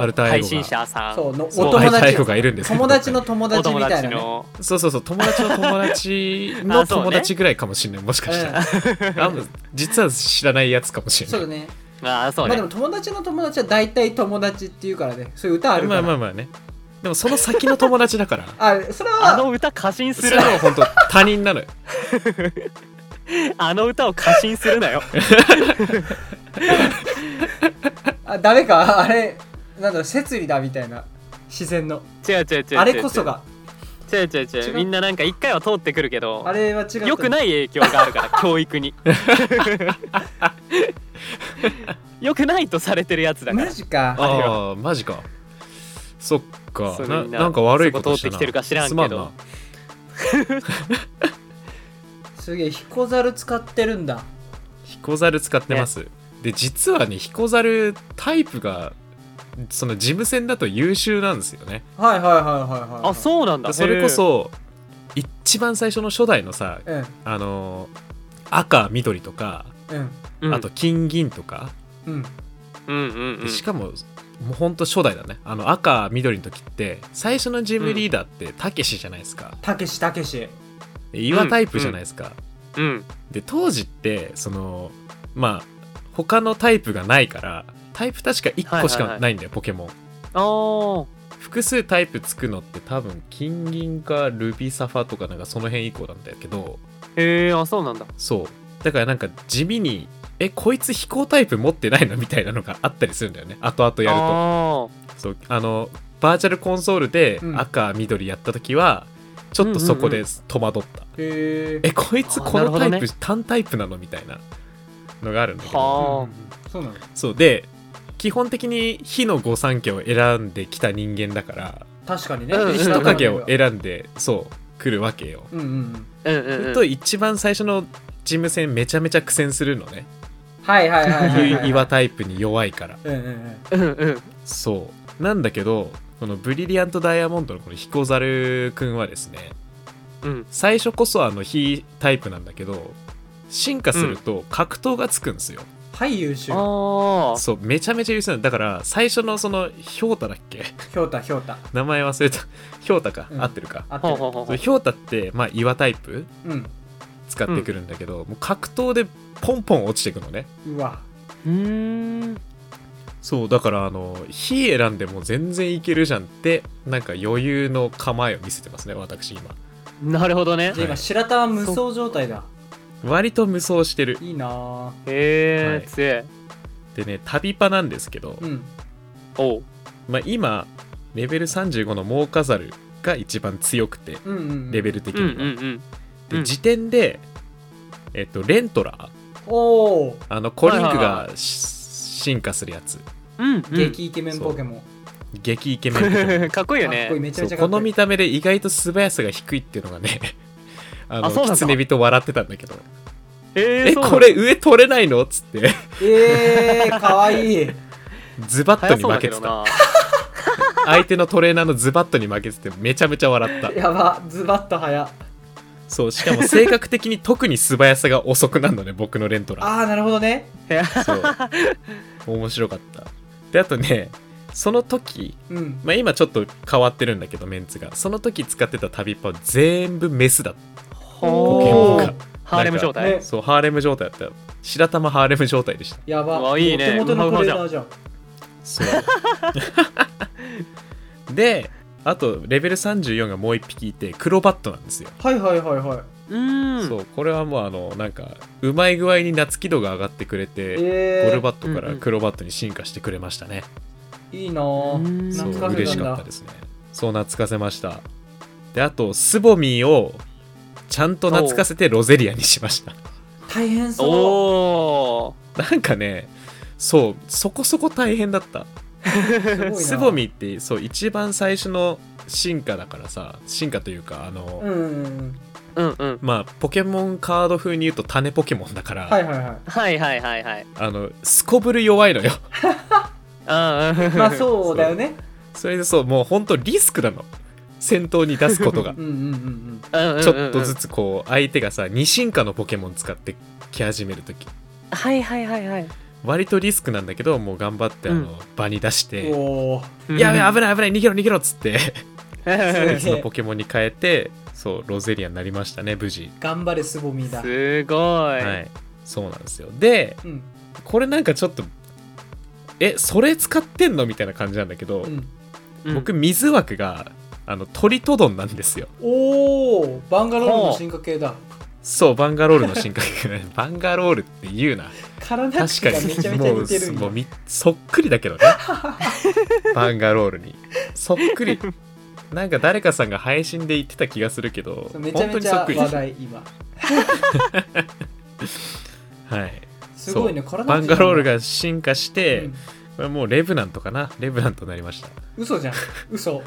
Speaker 1: アルタ
Speaker 2: ー
Speaker 1: ーエ
Speaker 2: 配
Speaker 1: ゴ
Speaker 2: 信
Speaker 1: が
Speaker 2: 者さん。
Speaker 3: そうのお
Speaker 2: そう
Speaker 1: 後輩
Speaker 3: 友達
Speaker 1: 太鼓がいるんですけど
Speaker 3: 友達の友
Speaker 2: お
Speaker 3: 達み
Speaker 2: 友
Speaker 3: たい
Speaker 2: 達
Speaker 3: なね
Speaker 2: の。
Speaker 1: そうそうそう友達の友達の
Speaker 2: あそうね
Speaker 1: 友達ぐらいかもしれない、もしかしたら、あんま実は知らないやつかもし
Speaker 3: う
Speaker 1: れ
Speaker 3: んそ
Speaker 1: な
Speaker 3: う
Speaker 1: い
Speaker 3: だね
Speaker 2: ああそう
Speaker 3: まあ
Speaker 2: ね
Speaker 3: で。も友達の友達は大体友達っていうからねそういう歌あるか
Speaker 1: ま
Speaker 3: ら
Speaker 1: あまあまあねでもその先の友達だから
Speaker 3: あそれ
Speaker 2: あ
Speaker 3: は
Speaker 2: の歌過信す
Speaker 1: それ
Speaker 2: るなよ
Speaker 1: は本当他人なのよ
Speaker 2: あの歌を過信するなよ。
Speaker 3: あ誰か あれなんだろう摂理だみたいな自然の
Speaker 2: 違う違う違う違う。
Speaker 3: あれこそ。が
Speaker 2: 違う違う違
Speaker 3: 違
Speaker 2: う。
Speaker 3: う
Speaker 2: みんななんか一回は通ってくるけど
Speaker 3: あ。れは違う
Speaker 2: 良く
Speaker 3: い
Speaker 2: ない影響があるから教育に良くないとされてるやつだか
Speaker 3: マ
Speaker 2: ら
Speaker 3: ジか
Speaker 2: あれ
Speaker 1: ああマジかそっか
Speaker 2: そう
Speaker 1: な
Speaker 2: みんな
Speaker 1: なんか悪いことした
Speaker 2: そこ通って
Speaker 1: な
Speaker 2: きてるか知らんけ
Speaker 1: す
Speaker 2: ど
Speaker 1: まんな
Speaker 3: すげえ彦猿使ってるんだ
Speaker 1: 彦猿使ってます、で実はね彦猿タイプがその事務戦だと優秀なんですよね
Speaker 3: はいはいはいはいはい
Speaker 2: あそうなんだ
Speaker 1: それこそ一番最初の初代のさ
Speaker 3: ううん
Speaker 1: あの赤緑とか、
Speaker 3: うん
Speaker 2: うん
Speaker 1: あと金銀とか、
Speaker 3: うん
Speaker 2: うんうんうん
Speaker 1: でしかももうほんと初代だねあの赤緑の時って最初のジムリーダーってたけしじゃないですか
Speaker 3: たけしたけし
Speaker 1: で岩タイプじゃないですか、
Speaker 2: うん
Speaker 1: で当時ってそのまあ他のタイプがないからタイプ確か1個し
Speaker 2: はいはいは
Speaker 1: か
Speaker 2: い
Speaker 1: ないんだよ、ポケモン
Speaker 2: あー
Speaker 1: 複数タイプつくのって多分金銀かルビサファとかなんかその辺以降なんだけど
Speaker 2: へえあそうなんだ
Speaker 1: そうだからなんか地味にえこいつ飛行タイプ持ってないのみたいなのがあったりするんだよね後々やると
Speaker 2: あ
Speaker 1: そうあのバーチャルコンソールで
Speaker 3: うん
Speaker 1: 赤、緑やった時はちょっとそこで戸惑った、
Speaker 3: へ
Speaker 1: えこいつこ
Speaker 2: あーなる
Speaker 1: の
Speaker 2: ほ
Speaker 1: タ
Speaker 2: ど
Speaker 1: イ
Speaker 2: ね
Speaker 1: プ、単タイプなのみたいなのがあるんだけ
Speaker 2: は
Speaker 1: ど
Speaker 2: あ
Speaker 3: うんそうなの
Speaker 1: そうで基本的に火の御三家を選んできた人間だから
Speaker 3: 確かにね
Speaker 2: うんうん
Speaker 1: 人影を
Speaker 3: え
Speaker 1: 選んでそう来るわけよ、
Speaker 3: うんうんうん
Speaker 2: ーうんうんうん
Speaker 1: と一番最初のジム戦めちゃめちゃ苦戦するのね
Speaker 3: はいはいはいはいはい
Speaker 1: 岩タイプに弱いから
Speaker 3: うんうんうん
Speaker 2: うんうん
Speaker 1: そうなんだけどこのブリリアントダイヤモンドのこの彦猿くんはですね
Speaker 2: うん
Speaker 1: 最初こそあの火タイプなんだけど進化すると格闘がつくんですよ、
Speaker 3: はい優秀
Speaker 2: あー
Speaker 1: そうめちゃめちゃ優秀なのだから最初のそのヒョウタだっけ
Speaker 3: ひょうたひょうた
Speaker 1: 名前忘れたヒョウタか、
Speaker 3: うん
Speaker 1: 合ってるか
Speaker 3: あっ
Speaker 2: ほう
Speaker 3: て
Speaker 2: ほうほう
Speaker 1: そ
Speaker 2: ほ
Speaker 1: う
Speaker 2: う
Speaker 1: ヒョウタってまあ岩タイプ
Speaker 3: るうん
Speaker 1: 使ってくるんだけど、もう格闘でポンポン落ちていくのね
Speaker 3: うわ
Speaker 2: うーん
Speaker 1: そうだからあの火選んでも全然いけるじゃんってなんか余裕の構えを見せてますね私今
Speaker 2: なるほどね
Speaker 3: じゃあ今白玉無双状態だ
Speaker 1: 割と無双してる
Speaker 3: いいなぁ
Speaker 1: は
Speaker 2: へ
Speaker 1: い
Speaker 2: え強い
Speaker 1: でね旅パなんですけど、
Speaker 3: うん
Speaker 2: おう
Speaker 1: まあ、今レベル35のモーカザルが一番強くて
Speaker 3: うんうん
Speaker 1: レベ
Speaker 3: ル
Speaker 1: ル的
Speaker 2: うんう
Speaker 1: に
Speaker 2: ん
Speaker 1: は、
Speaker 2: うんう
Speaker 1: で
Speaker 2: ん
Speaker 1: 時点で、えっと、レントラー
Speaker 3: おお
Speaker 1: あのコリンク
Speaker 2: はいはい
Speaker 1: が
Speaker 2: は
Speaker 1: し進化するやつ
Speaker 2: うん、
Speaker 3: 激イケメンポケモン、
Speaker 1: 激イケメンポケモン
Speaker 2: うん、かっこいいよ
Speaker 3: かっ
Speaker 2: ね
Speaker 3: こいいめちゃ
Speaker 1: そ
Speaker 3: めち
Speaker 1: う
Speaker 3: ゃか
Speaker 1: こ
Speaker 3: っこ
Speaker 1: の
Speaker 3: いい
Speaker 1: 見た目で意外と素早さが低いっていうのがね あの
Speaker 2: あそうなんだ
Speaker 1: 狐人笑ってたんだけど
Speaker 2: えー、
Speaker 1: え
Speaker 2: そうなの
Speaker 1: これ上取れないのっつって
Speaker 3: えー、かわいい
Speaker 1: ズバッと
Speaker 2: 早
Speaker 1: に
Speaker 2: そう
Speaker 1: 負
Speaker 2: だ
Speaker 1: け
Speaker 2: け
Speaker 1: て
Speaker 2: ど
Speaker 1: た
Speaker 2: な
Speaker 1: 相手のトレーナーのズバッとに負けててめちゃめちゃ笑った
Speaker 3: やばズバッと早
Speaker 1: そうしかも性格的に特に素早さが遅くなるのね僕のレントラ
Speaker 3: ああなるほどね
Speaker 2: いや
Speaker 1: そう面白かったであとねその時、
Speaker 3: うん
Speaker 1: まあ、今ちょっと変わってるんだけどメンツがその時使ってた旅パは全部メスだった
Speaker 3: お
Speaker 1: ポケモン
Speaker 2: ほ
Speaker 1: が
Speaker 2: ーハーレム状態、
Speaker 3: なんか
Speaker 1: そうハーレム状態だったよ白玉ハーレム状態でした
Speaker 3: や
Speaker 2: う
Speaker 3: ば
Speaker 2: わいいね
Speaker 3: 元々のトレーナーじゃん
Speaker 1: そうであとレベル34がもう1匹いてクロバットなんですよ、
Speaker 3: はいはいはいは
Speaker 2: うん
Speaker 1: そうこれはもうあのなんかうまい具合に夏木度が上がってくれ
Speaker 3: い
Speaker 1: て、
Speaker 3: え
Speaker 1: ゴル
Speaker 3: ー、
Speaker 1: バットからクロバットに進化してくれましたね、
Speaker 3: いいなぁ
Speaker 2: うん
Speaker 1: そう
Speaker 3: 懐かせ
Speaker 1: 嬉
Speaker 3: た
Speaker 1: し
Speaker 3: ん
Speaker 1: かっ
Speaker 3: だ
Speaker 1: たですねそう懐かせましたであとスボミーをちゃんと懐かせてロゼリアにしました
Speaker 3: 大変そう
Speaker 2: お
Speaker 1: なんかねそうそこそこ大変だった
Speaker 3: すごいな
Speaker 1: スボミってそう一番最初の進化だからさ進化というかあの、
Speaker 3: うんうんうん
Speaker 2: ー うんうん
Speaker 1: まあポケモンカード風に言うと種ポケモンだから、
Speaker 3: はいはいはい
Speaker 2: はいはいはいはい
Speaker 1: あのすこぶる弱いのよ
Speaker 2: うんうん
Speaker 3: まあそうだよね
Speaker 1: それでそうもうほんとリスクなの戦闘に出すことが
Speaker 3: うんうんうんうん
Speaker 2: うんうんうんうん
Speaker 1: ちょっとずつこう相手がさ二進化のポケモン使ってき始める時
Speaker 2: はいはいはいはい
Speaker 1: 割とリスクなんだけどもう頑張ってあの、
Speaker 2: うん
Speaker 1: 場に出して
Speaker 3: おお
Speaker 1: 「やべえ危ない危ない逃げろ逃げろ」っつって
Speaker 3: べえ
Speaker 1: 別のポケモンに変えてそうロゼリアになりましたね無事
Speaker 3: 頑張れスボミ だ
Speaker 2: すごい、
Speaker 1: はいそうなんですよで
Speaker 3: うん
Speaker 1: これなんかちょっとえそれ使ってんのみたいな感じなんだけど、
Speaker 3: うん
Speaker 2: うん
Speaker 1: 僕水枠があのトリトドンなんですよ
Speaker 3: おおバンガロールの進化系だ
Speaker 1: そうバンガロールの進化系 バンガロールって言うな
Speaker 3: 体つ
Speaker 1: 確
Speaker 3: き
Speaker 1: か
Speaker 3: がめちゃ
Speaker 1: に
Speaker 3: めちゃ
Speaker 1: も
Speaker 3: 似てる
Speaker 1: うんもう
Speaker 3: よ
Speaker 1: みそっくりだけ どねバンガロールにそっくりなんか誰かさんが配信で言ってた気がするけど
Speaker 3: めち
Speaker 1: 本当
Speaker 3: ゃめ
Speaker 1: に
Speaker 3: ち
Speaker 1: そ
Speaker 3: ゃ
Speaker 1: っくり
Speaker 3: 話題今
Speaker 1: はい
Speaker 3: すごいね
Speaker 1: そう
Speaker 3: 体
Speaker 1: バンガロール
Speaker 3: が
Speaker 1: が進化して、これもうレブナントかなレブナントになりました
Speaker 3: 嘘じゃん嘘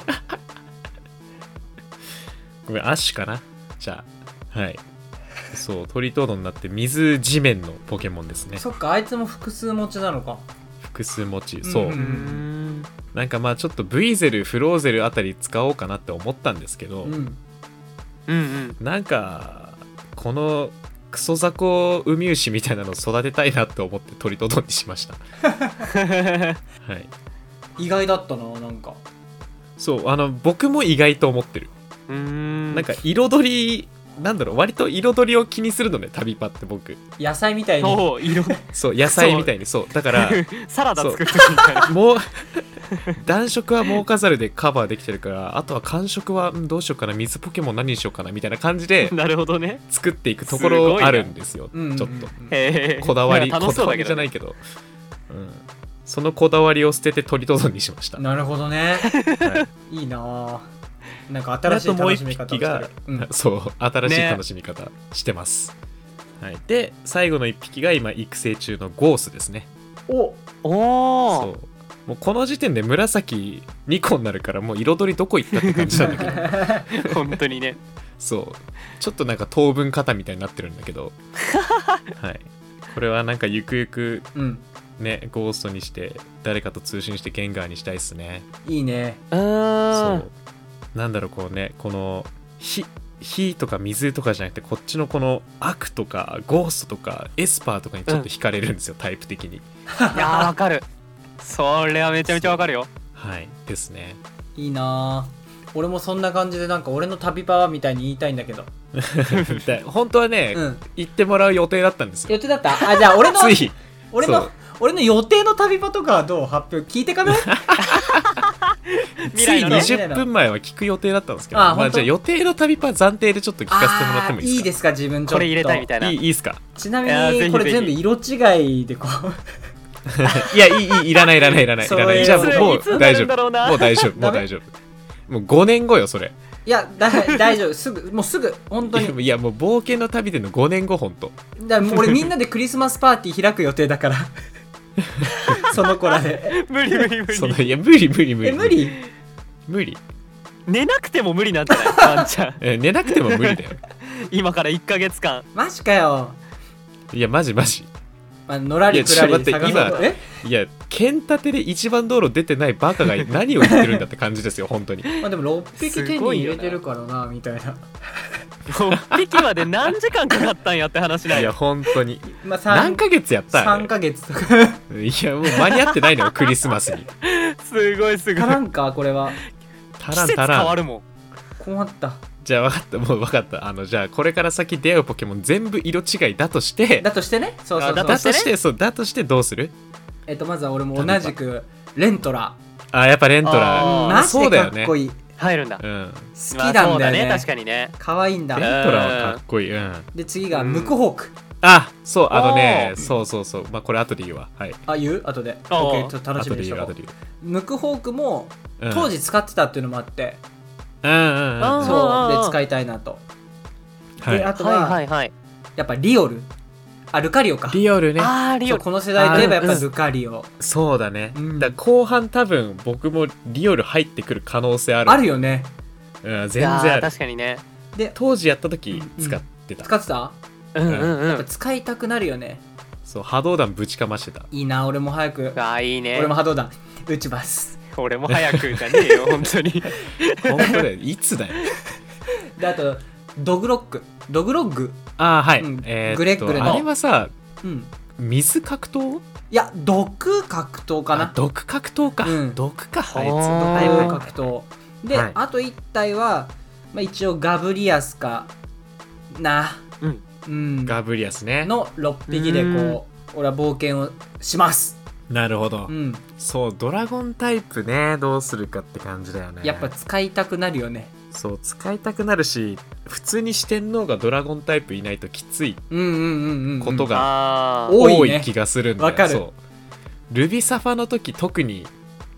Speaker 1: ごめん、アッシュかなじゃあ。はい。そう、トリトードになって水地面のポケモンですね。
Speaker 3: そっかあいつも複数持ちなのか
Speaker 1: 複数持ち。そう。
Speaker 3: うん
Speaker 2: うん
Speaker 1: なんかまあちょっとブイゼル、フローゼルあたり使おうかなって思ったんですけど、
Speaker 3: うん
Speaker 2: うんうん
Speaker 1: なんか、このクソ雑魚ウミウシみたいなの育てたいなって思ってトリトードにしました。はい。
Speaker 3: 意外だったななんか
Speaker 1: そう、あの、僕も意外と思ってる。
Speaker 2: うん
Speaker 1: なんか彩り、なんだろう、割と彩りを気にするのね、旅パって僕。
Speaker 3: 野菜みたいに
Speaker 2: そういろんな
Speaker 1: そう、野菜みたいに、そう。だ から、
Speaker 2: サラダ作ってるみたいな
Speaker 1: もう暖色はもう飾るでカバーできてるからあとは寒色はうんどうしようかな水ポケモン何にしようかなみたいな感じで
Speaker 2: なるほどね
Speaker 1: 作っていくとこ
Speaker 2: すごい
Speaker 1: ろ
Speaker 2: な
Speaker 1: あるんですよ
Speaker 3: うんうんうん
Speaker 1: ちょっ
Speaker 2: へ
Speaker 1: と
Speaker 2: ー
Speaker 1: こだわり
Speaker 2: なんか
Speaker 1: こ
Speaker 2: 楽し
Speaker 1: だ
Speaker 2: そう
Speaker 1: わ
Speaker 2: だ
Speaker 1: り
Speaker 2: け
Speaker 1: じゃ
Speaker 2: ど
Speaker 1: な
Speaker 2: ね
Speaker 1: いけど、うん、そのこだわりを捨てて鳥とぞにしました、
Speaker 3: なるほどね
Speaker 1: はい
Speaker 3: いいなぁなんか新しい楽しみ方をして
Speaker 1: あ
Speaker 3: る
Speaker 1: と
Speaker 3: うん
Speaker 1: そう新しい
Speaker 2: ね
Speaker 1: 楽しみ方してます、はい、で最後の1匹が今育成中のゴースですね
Speaker 3: お
Speaker 2: お
Speaker 1: そ
Speaker 2: お
Speaker 1: うもうこの時点で紫2個になるからもう彩りどこ行ったって感じなんだけど
Speaker 2: 本当にね
Speaker 1: そうちょっとなんか当分型みたいになってるんだけどはいこれはなんかゆくゆく
Speaker 3: うん
Speaker 1: ねゴーストにして誰かと通信してゲンガーにしたいっすね
Speaker 3: いいね
Speaker 2: うん
Speaker 1: そうなんだろうこうねこの火火とか水とかじゃなくてこっちのこの悪とかゴーストとかエスパーとかにちょっと惹かれるんですよ、タイプ的に
Speaker 2: いやーわかるそれはめちゃめちゃわかるよ
Speaker 1: はいですね
Speaker 3: いいなぁ俺もそんな感じでなんか俺の旅パワーみたいに言いたいんだけど
Speaker 1: で本当はね、
Speaker 3: うん
Speaker 1: 行ってもらう予定だったんですよ
Speaker 3: 予定だったあじゃあ俺の
Speaker 1: つい
Speaker 3: 俺
Speaker 1: そ
Speaker 3: の
Speaker 1: う
Speaker 3: 俺の予定の旅場とかはどう発表聞いて かない
Speaker 1: つ
Speaker 2: 未
Speaker 1: い
Speaker 2: 来のね
Speaker 1: 20分前は聞く予定だったんですけど
Speaker 3: あ
Speaker 1: まあ、
Speaker 3: 本当
Speaker 1: じゃあ予定の旅パ暫定でちょっと聞かせてもらってもいいですか
Speaker 3: あーですか自分ちょっと
Speaker 2: これ入れたいみたいない
Speaker 1: いいいっすか
Speaker 3: ちない
Speaker 2: やー
Speaker 3: み
Speaker 2: ぜ
Speaker 3: に
Speaker 2: ひ
Speaker 3: これ
Speaker 2: ぜひ
Speaker 3: 全部色違いでこ う
Speaker 1: いやいいいいいらないいらないいらないい
Speaker 3: そう
Speaker 1: らないじゃあもう
Speaker 3: いつ
Speaker 1: もう
Speaker 2: いつにな
Speaker 1: 大
Speaker 2: る
Speaker 1: 丈
Speaker 2: んだろ
Speaker 1: 夫
Speaker 2: うな
Speaker 1: もう大丈夫もう大丈夫もう5年後よそれ
Speaker 3: いやだ大丈夫すぐもうすぐ本当
Speaker 1: い
Speaker 3: に
Speaker 1: やいやもう冒険の旅での5年後ほんと
Speaker 3: だからもう俺みんなでクリスマスパーティー開く予定だからその子らで
Speaker 2: 無理無理無
Speaker 1: その
Speaker 2: 理
Speaker 1: いや無理無理無
Speaker 3: え
Speaker 1: 理
Speaker 3: 無理
Speaker 1: 無理
Speaker 2: 寝なくても無理なんじゃないワンちゃん
Speaker 1: え寝なくても無理だよ
Speaker 2: 今から1ヶ月間
Speaker 3: マジかよ、
Speaker 1: いやマジマジ
Speaker 3: まあ、のらりくらり
Speaker 1: いやちょっと待って
Speaker 3: 探そうとえ
Speaker 1: いや剣立てで一番道路出てないバカが何を言ってるんだって感じですよ本当に
Speaker 3: まあ、でも6匹手に入れてるからなみたいな
Speaker 2: 6匹まで何時間かかったんやって話ないい
Speaker 1: や
Speaker 2: よ
Speaker 1: 本当に
Speaker 3: まあ3
Speaker 1: 何ヶ月やったあれ
Speaker 3: 3ヶ月とか
Speaker 1: いやもう間に合ってないのよクリスマスに
Speaker 2: すごいすご
Speaker 3: 足
Speaker 2: い
Speaker 3: らんかこれは
Speaker 1: た
Speaker 2: 季
Speaker 1: らん
Speaker 2: 節
Speaker 1: た
Speaker 2: 変
Speaker 1: ら
Speaker 2: わ
Speaker 1: ん
Speaker 2: るもん
Speaker 3: 困った
Speaker 1: じゃあ分かったもう分かったあのじゃあこれから先出会うポケモン全部色違いだとして
Speaker 3: だとしてねそうそ
Speaker 2: あ
Speaker 3: うそ
Speaker 2: だ
Speaker 3: う
Speaker 1: だと
Speaker 2: と
Speaker 1: し
Speaker 2: して
Speaker 1: そうだとしてどうする
Speaker 3: えっとまずは俺も同じくレントラ
Speaker 1: あやっぱレントラ
Speaker 2: あー
Speaker 3: マジ
Speaker 1: そう
Speaker 3: で
Speaker 1: だ
Speaker 3: か
Speaker 1: よね
Speaker 3: っこいい、
Speaker 2: 入るんだ
Speaker 1: うんレン
Speaker 3: 好きなん
Speaker 2: ま
Speaker 3: だ
Speaker 2: あそう
Speaker 3: よ
Speaker 2: だ
Speaker 3: ね,、
Speaker 2: ね確かにね
Speaker 3: 可愛いんだ
Speaker 1: トラはかっこいいうん
Speaker 3: で次がムクホーク、
Speaker 1: あそうあのね
Speaker 2: おー
Speaker 1: そうそうそうまあこれ後で言うわはい
Speaker 3: あ言う後で
Speaker 2: あー
Speaker 3: OK ちょっと楽し
Speaker 1: 後
Speaker 3: み
Speaker 1: で
Speaker 3: にし
Speaker 1: 言う
Speaker 3: と
Speaker 1: 後
Speaker 3: こう
Speaker 1: で言う
Speaker 3: ムクホークも
Speaker 1: うん
Speaker 3: 当時使ってたっていうのもあって、
Speaker 1: うんうんうん
Speaker 2: あー
Speaker 3: そうで使いたいなと、
Speaker 1: はい
Speaker 3: であとは、
Speaker 2: はいはいはい
Speaker 3: やっぱリオルあルカリオか
Speaker 1: リオルね
Speaker 2: ああリ
Speaker 3: そう
Speaker 2: オ
Speaker 3: この世代といえばやっぱ
Speaker 1: あーうん
Speaker 3: ルカリオ
Speaker 1: そうだね、
Speaker 3: うん
Speaker 1: だから後半多分僕もリオル入ってくる可能性ある
Speaker 3: あるよね
Speaker 1: うん、全
Speaker 2: い
Speaker 1: 然
Speaker 2: や
Speaker 1: あ
Speaker 2: ー
Speaker 1: る
Speaker 2: 確かにね
Speaker 3: で
Speaker 1: 当時やった時使ってた、
Speaker 3: 使ってたや
Speaker 2: うんうんう
Speaker 3: っぱ
Speaker 2: ん
Speaker 3: 使いたくなるよね
Speaker 1: そう波動弾ぶちかましてた
Speaker 3: いいな俺も早く
Speaker 2: ああいいね
Speaker 3: 俺も波動弾打ちます
Speaker 2: 俺も早くじゃねえよ本当 に
Speaker 1: 本当だよ いつだよ
Speaker 3: であとドグロックドグロッグ
Speaker 1: ああはい、
Speaker 3: うん
Speaker 1: えーっと
Speaker 3: グレッグルの
Speaker 1: あれはさ
Speaker 3: うん
Speaker 1: 水格闘
Speaker 3: いや毒格闘か
Speaker 1: あ
Speaker 3: な
Speaker 1: 毒格闘か、
Speaker 3: うん
Speaker 1: 毒かあい
Speaker 2: ほ
Speaker 1: つ
Speaker 2: ー
Speaker 3: だいぶ格闘で、
Speaker 1: はい
Speaker 3: あと1体は、まあ、一応ガブリアスかな
Speaker 2: うん
Speaker 3: うん
Speaker 1: ガブリアスね
Speaker 3: の6匹でこう俺は冒険をします
Speaker 1: なるほど、
Speaker 3: うん
Speaker 1: そうドラゴンタイプねどうするかって感じだよね
Speaker 3: やっぱ使いたくなるよね
Speaker 1: そう使いたくなるし普通に四天王がドラゴンタイプいないときつい
Speaker 3: うんうんうんうんうん
Speaker 1: ことが
Speaker 2: あ
Speaker 3: お
Speaker 2: ー
Speaker 3: 多い
Speaker 1: 多
Speaker 3: ね
Speaker 1: い気がするんだよ
Speaker 3: わかる
Speaker 1: そうルビサファの時特に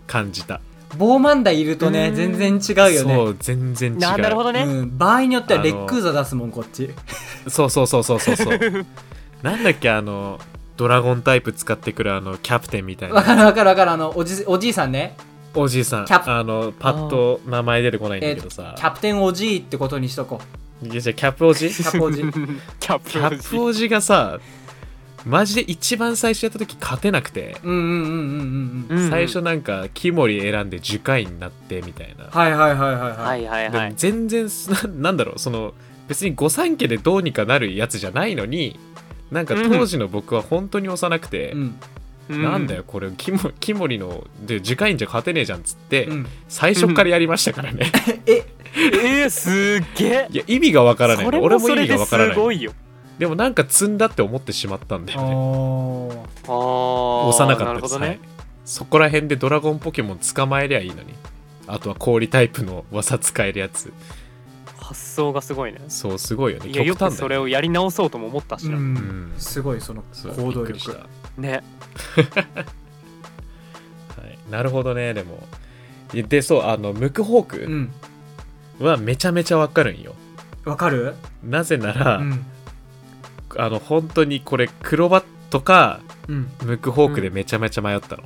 Speaker 1: 感じた
Speaker 3: ボーマンダいるとね
Speaker 2: うん
Speaker 3: 全然違うよね
Speaker 1: そう全然違う
Speaker 2: ななるほどね
Speaker 3: うん、場合によってはレッグーザ出すもんこっち
Speaker 1: そうそうそうそうそうそう なんだっけあのドラゴンタイプ使ってくるあのキャプテンみたい
Speaker 3: わかる
Speaker 1: な
Speaker 3: わかるわかるあのおじおじいさんね
Speaker 1: おじいさん
Speaker 3: キャプ
Speaker 1: あのパッと名前出てこないんだけどさ、
Speaker 3: キャプテンおじいってことにしとこ
Speaker 1: いやじゃあキャップおじ
Speaker 3: キ
Speaker 1: キ
Speaker 3: ャプお じ
Speaker 2: キャップ
Speaker 1: ャップおじがさマジで一番最初やった時勝てなくて、
Speaker 3: ううんうんうんうんうんうん
Speaker 2: うん
Speaker 1: 最初なんかキモリ選んで樹海になってみたいな、
Speaker 3: はいはいはいはいは
Speaker 2: はいいはいは
Speaker 1: でも
Speaker 2: い
Speaker 1: 全然ななんだろうその別に御三家でどうにかなるやつじゃないのになんか当時の僕は本当に幼くて、
Speaker 3: うん
Speaker 1: なんだよこれキモキモリので樹海んじゃ勝てねえじゃんっつって、
Speaker 3: うん
Speaker 1: 最初からやりましたからね
Speaker 3: え
Speaker 2: えー、すっげえ
Speaker 1: いや意味がわからない
Speaker 2: それ
Speaker 1: 俺
Speaker 2: も
Speaker 1: も
Speaker 2: そ
Speaker 1: 意
Speaker 2: れ
Speaker 1: 味が
Speaker 2: で
Speaker 1: わから
Speaker 2: す
Speaker 1: な
Speaker 2: ご
Speaker 1: い
Speaker 2: いよ
Speaker 1: でもなんか積んだって思ってしまったんだよね
Speaker 3: おー
Speaker 2: あー
Speaker 1: 幼かった
Speaker 2: なる
Speaker 1: で
Speaker 2: ほ
Speaker 1: す、
Speaker 2: ど
Speaker 1: は
Speaker 2: ね
Speaker 1: い、そこら辺でドラゴンポケモン捕まえりゃいいのにあとは氷タイプの技使えるやつ
Speaker 2: 発想がすごいね
Speaker 1: そうすごいよね
Speaker 2: いやよ
Speaker 1: 極
Speaker 2: く
Speaker 1: 端
Speaker 2: そ
Speaker 1: だ
Speaker 2: れ
Speaker 1: よね
Speaker 2: をやり直そうとも思ったし
Speaker 3: う
Speaker 2: な、
Speaker 1: うん
Speaker 3: ん、すごいその
Speaker 1: そう
Speaker 3: 行動
Speaker 1: びっくりし
Speaker 3: 力
Speaker 1: た
Speaker 2: ね
Speaker 1: はい、なるほどねでもでそうあのムクホ
Speaker 3: う
Speaker 1: ー
Speaker 3: ん
Speaker 1: クはめちゃめちゃわかるんよ
Speaker 3: わかる
Speaker 1: なぜなら、
Speaker 3: うん
Speaker 1: あの本当にこれクロバットか
Speaker 3: うん
Speaker 1: ムクホークでめちゃめちゃ迷ったの、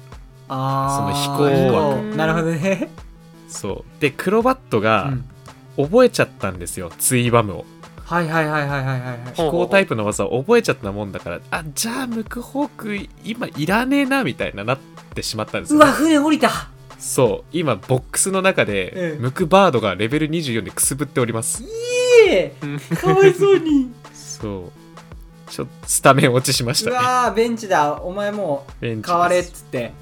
Speaker 3: ああ
Speaker 1: その飛行
Speaker 2: 枠
Speaker 3: なるほどね
Speaker 1: そうでクロバット
Speaker 3: う
Speaker 1: が
Speaker 3: ん
Speaker 1: 覚えちゃったんですよ、ツイバムを
Speaker 3: はいはいはいはいはいはいはい
Speaker 2: ほう
Speaker 1: 飛行タイプの技を覚えちゃったもんだからあじゃあムクホーク今いらねえなみたいななってしまったんです
Speaker 3: う
Speaker 1: よ
Speaker 3: わ船降りた
Speaker 1: そう今ボックスの中
Speaker 3: え
Speaker 1: で
Speaker 3: え
Speaker 1: ムクバードがレベル24でくすぶっております
Speaker 3: いえ
Speaker 2: うん
Speaker 3: かわいそうに
Speaker 1: そうちょっとスタメン落ちしまし
Speaker 3: う
Speaker 1: たね
Speaker 3: わーベンチだお前も
Speaker 1: ベンチ
Speaker 3: う
Speaker 1: です
Speaker 3: 変われっ つって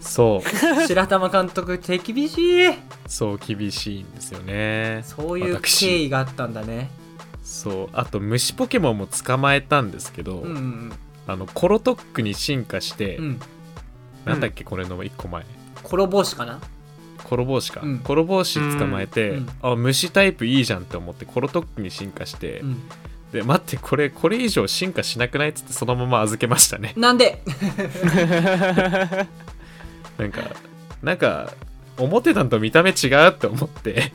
Speaker 1: そう
Speaker 3: 白玉監督手厳しい
Speaker 1: そう厳しいんですよね
Speaker 3: そういう
Speaker 1: 私
Speaker 3: 経緯があったんだね
Speaker 1: そうあと虫ポケモンも捕まえたんですけど、
Speaker 3: うんうん
Speaker 1: あのコロトックに進化して、
Speaker 3: うんうん
Speaker 1: なんだっけこれの1個前
Speaker 3: 転ぼうしかな
Speaker 1: コロボウシか、
Speaker 3: うん
Speaker 1: コロボウシ捕まえて、
Speaker 3: うん
Speaker 1: あ虫タイプいいじゃんって思ってコロトックに進化して、
Speaker 3: うん
Speaker 1: で待ってこれこれ以上進化しなくないっつってそのまま預けましたね
Speaker 3: なんで
Speaker 1: なんかなんか思ってたんと見た目違うって思って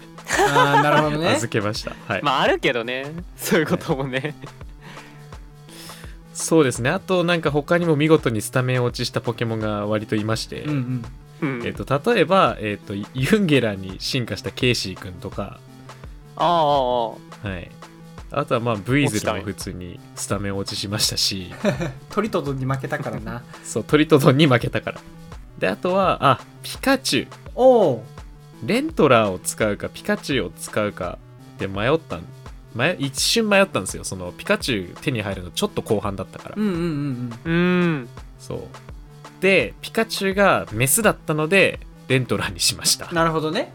Speaker 3: ああなるほど ね
Speaker 1: 預けましたはい、
Speaker 2: まああるけどねそういうこともね
Speaker 1: そうですねあとなんか他にも見事にスタメン落ちしたポケモンが割といまして、
Speaker 3: うん
Speaker 2: うん
Speaker 1: えっと例えば、えっとユンゲラーに進化したケイシー君とか、
Speaker 2: あああ
Speaker 1: はい、あとはまあブイズルも
Speaker 2: 落ちた
Speaker 1: 普通にスタメン落ちしましたし
Speaker 3: トリトドに負けたからな
Speaker 1: そうトリトドンに負けたからであとはあピカチュウ
Speaker 3: おお
Speaker 1: レントラーを使うかピカチュウを使うかで迷ったん迷一瞬迷ったんですよそのピカチュウ手に入るのちょっと後半だったから
Speaker 3: うんうんうん
Speaker 2: あうん
Speaker 1: そうでピカチュウがメスだったのでレントラーにしました
Speaker 3: うんなるほどね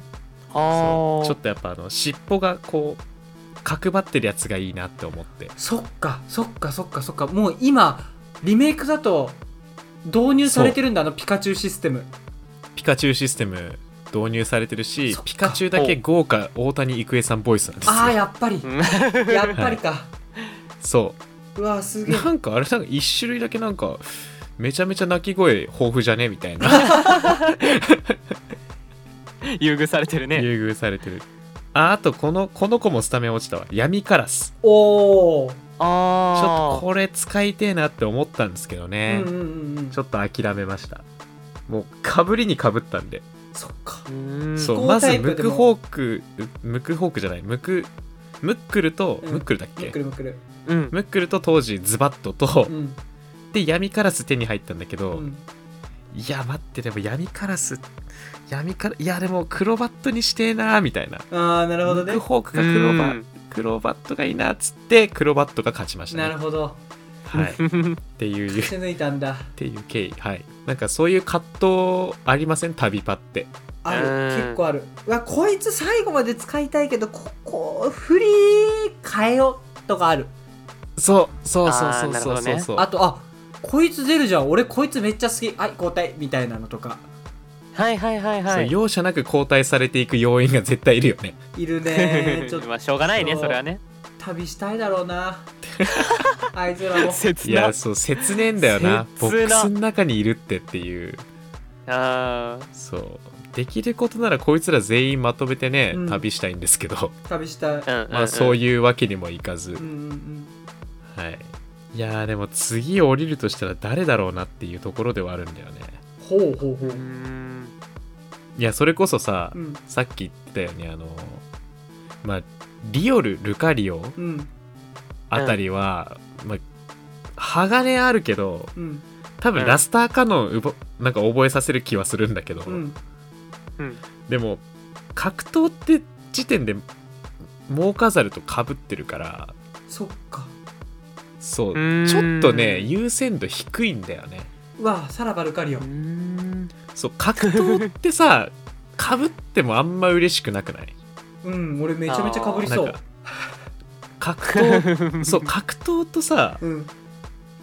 Speaker 2: ああ
Speaker 1: そうちょっとやっぱあの尻尾がこう角張ってるやつがいいなって思って
Speaker 3: そっかそっかそっかそっかもう今リメイクだと導入されてるんだあのピカチュウシステム
Speaker 1: ピカチュウシステム導入されてるし
Speaker 3: そっか
Speaker 1: ピカチュウだけ豪華大谷育英さんボイスなんですよ
Speaker 3: ああやっぱり
Speaker 2: うん
Speaker 3: やっぱりか、
Speaker 1: そう
Speaker 3: わすげえ
Speaker 1: なんかあれなんか一種類だけなんかめちゃめちゃ鳴き声豊富じゃねみたいな
Speaker 2: 優遇されてるね
Speaker 1: 優遇されてるああとこのこの子もスタメン落ちたわ闇カラス
Speaker 3: おお
Speaker 1: ちょっと
Speaker 2: ああ
Speaker 1: これ使いてえなって思ったんですけど
Speaker 3: う
Speaker 1: ね
Speaker 3: ん、うんうん
Speaker 1: ちょっと諦めましたもうかぶりにかぶったんで、
Speaker 3: そっか
Speaker 2: うん
Speaker 1: そ
Speaker 3: こ
Speaker 1: う
Speaker 3: う
Speaker 1: ま
Speaker 3: タ
Speaker 1: ず
Speaker 3: イプ
Speaker 1: ム
Speaker 3: で
Speaker 1: ク
Speaker 3: も
Speaker 1: ホークムクホークじゃないムクムックルと、
Speaker 3: うん
Speaker 1: ムックルだっ
Speaker 3: むっ
Speaker 1: け
Speaker 3: くるむっくる
Speaker 2: うん
Speaker 1: ムックルと当時ズバットと、
Speaker 3: うん
Speaker 1: で闇カラス手に入ったんだけど、
Speaker 3: うん
Speaker 1: いや待ってでも闇カラス闇からいやでもクロバットにしてえなみたいな
Speaker 3: ああなるほど
Speaker 1: ムック
Speaker 3: ね
Speaker 1: ホークかクロバ
Speaker 2: うん
Speaker 1: クロバットがいいなっつってクロバットが勝ちましたね
Speaker 3: なるほど
Speaker 1: はい、っていうっ
Speaker 3: 勝ち抜いたんだ
Speaker 1: ていう経緯はいなんかそういう葛藤ありません旅パって
Speaker 3: ある
Speaker 2: うん
Speaker 3: 結構あるうわこいつ最後まで使いたいけどここ振り変えようとかある
Speaker 1: そうそうそう
Speaker 2: あ
Speaker 1: そ
Speaker 2: ー
Speaker 1: う
Speaker 2: なる
Speaker 1: そう
Speaker 2: ほど
Speaker 1: そう
Speaker 2: ね
Speaker 1: そう、
Speaker 3: あとあこいつ出るじゃん俺こいつめっちゃ好きはい交代みたいなのとか
Speaker 2: はいはいはい
Speaker 1: そう
Speaker 2: はい
Speaker 1: 容赦なく交代されていく要因が絶対いるよね
Speaker 3: いる ねちょっ
Speaker 2: ま
Speaker 3: と
Speaker 2: あしょうがないねそれはね
Speaker 3: 旅したいだろうなあいつらも
Speaker 2: 切
Speaker 1: い
Speaker 2: な
Speaker 1: やそう切ねえんだよなボ
Speaker 2: 切な
Speaker 1: ックスの中にいるってっていう
Speaker 2: あー
Speaker 1: そうできることならこいつら全員まとめてね、
Speaker 3: うん
Speaker 1: 旅したいんですけど、
Speaker 3: 旅したい
Speaker 2: うんうん
Speaker 1: まあそう
Speaker 2: い
Speaker 1: いうわけにもいかず、
Speaker 3: うんうんうん
Speaker 1: はい、いやーでも次降りるとしたら誰だろうなっていうところではあるんだよね
Speaker 3: ほうほう
Speaker 2: う
Speaker 3: ほうん
Speaker 1: いやそれこそさ、
Speaker 3: うん
Speaker 1: さっき言ってたようにあのまあリオルルカリオ
Speaker 3: うん
Speaker 1: あたりは、まあ鋼あるけど
Speaker 3: うん
Speaker 1: 多分
Speaker 2: うん
Speaker 1: ラスターカノンうぼなんか覚えさせる気はするんだけど、
Speaker 3: うん
Speaker 2: うん
Speaker 1: でも格闘って時点でモーカザルとかぶってるから
Speaker 3: そっか
Speaker 1: そう
Speaker 2: うーん
Speaker 1: ちょっとね優先度低いんだよね
Speaker 3: うわさらばルカリオン
Speaker 2: うん
Speaker 1: そう格闘ってさ かぶってもあんま嬉しくなくない
Speaker 3: うん俺めちゃめちゃかぶり
Speaker 1: な
Speaker 3: そ
Speaker 1: ん
Speaker 3: う
Speaker 1: か格闘そう格闘とさ
Speaker 3: うん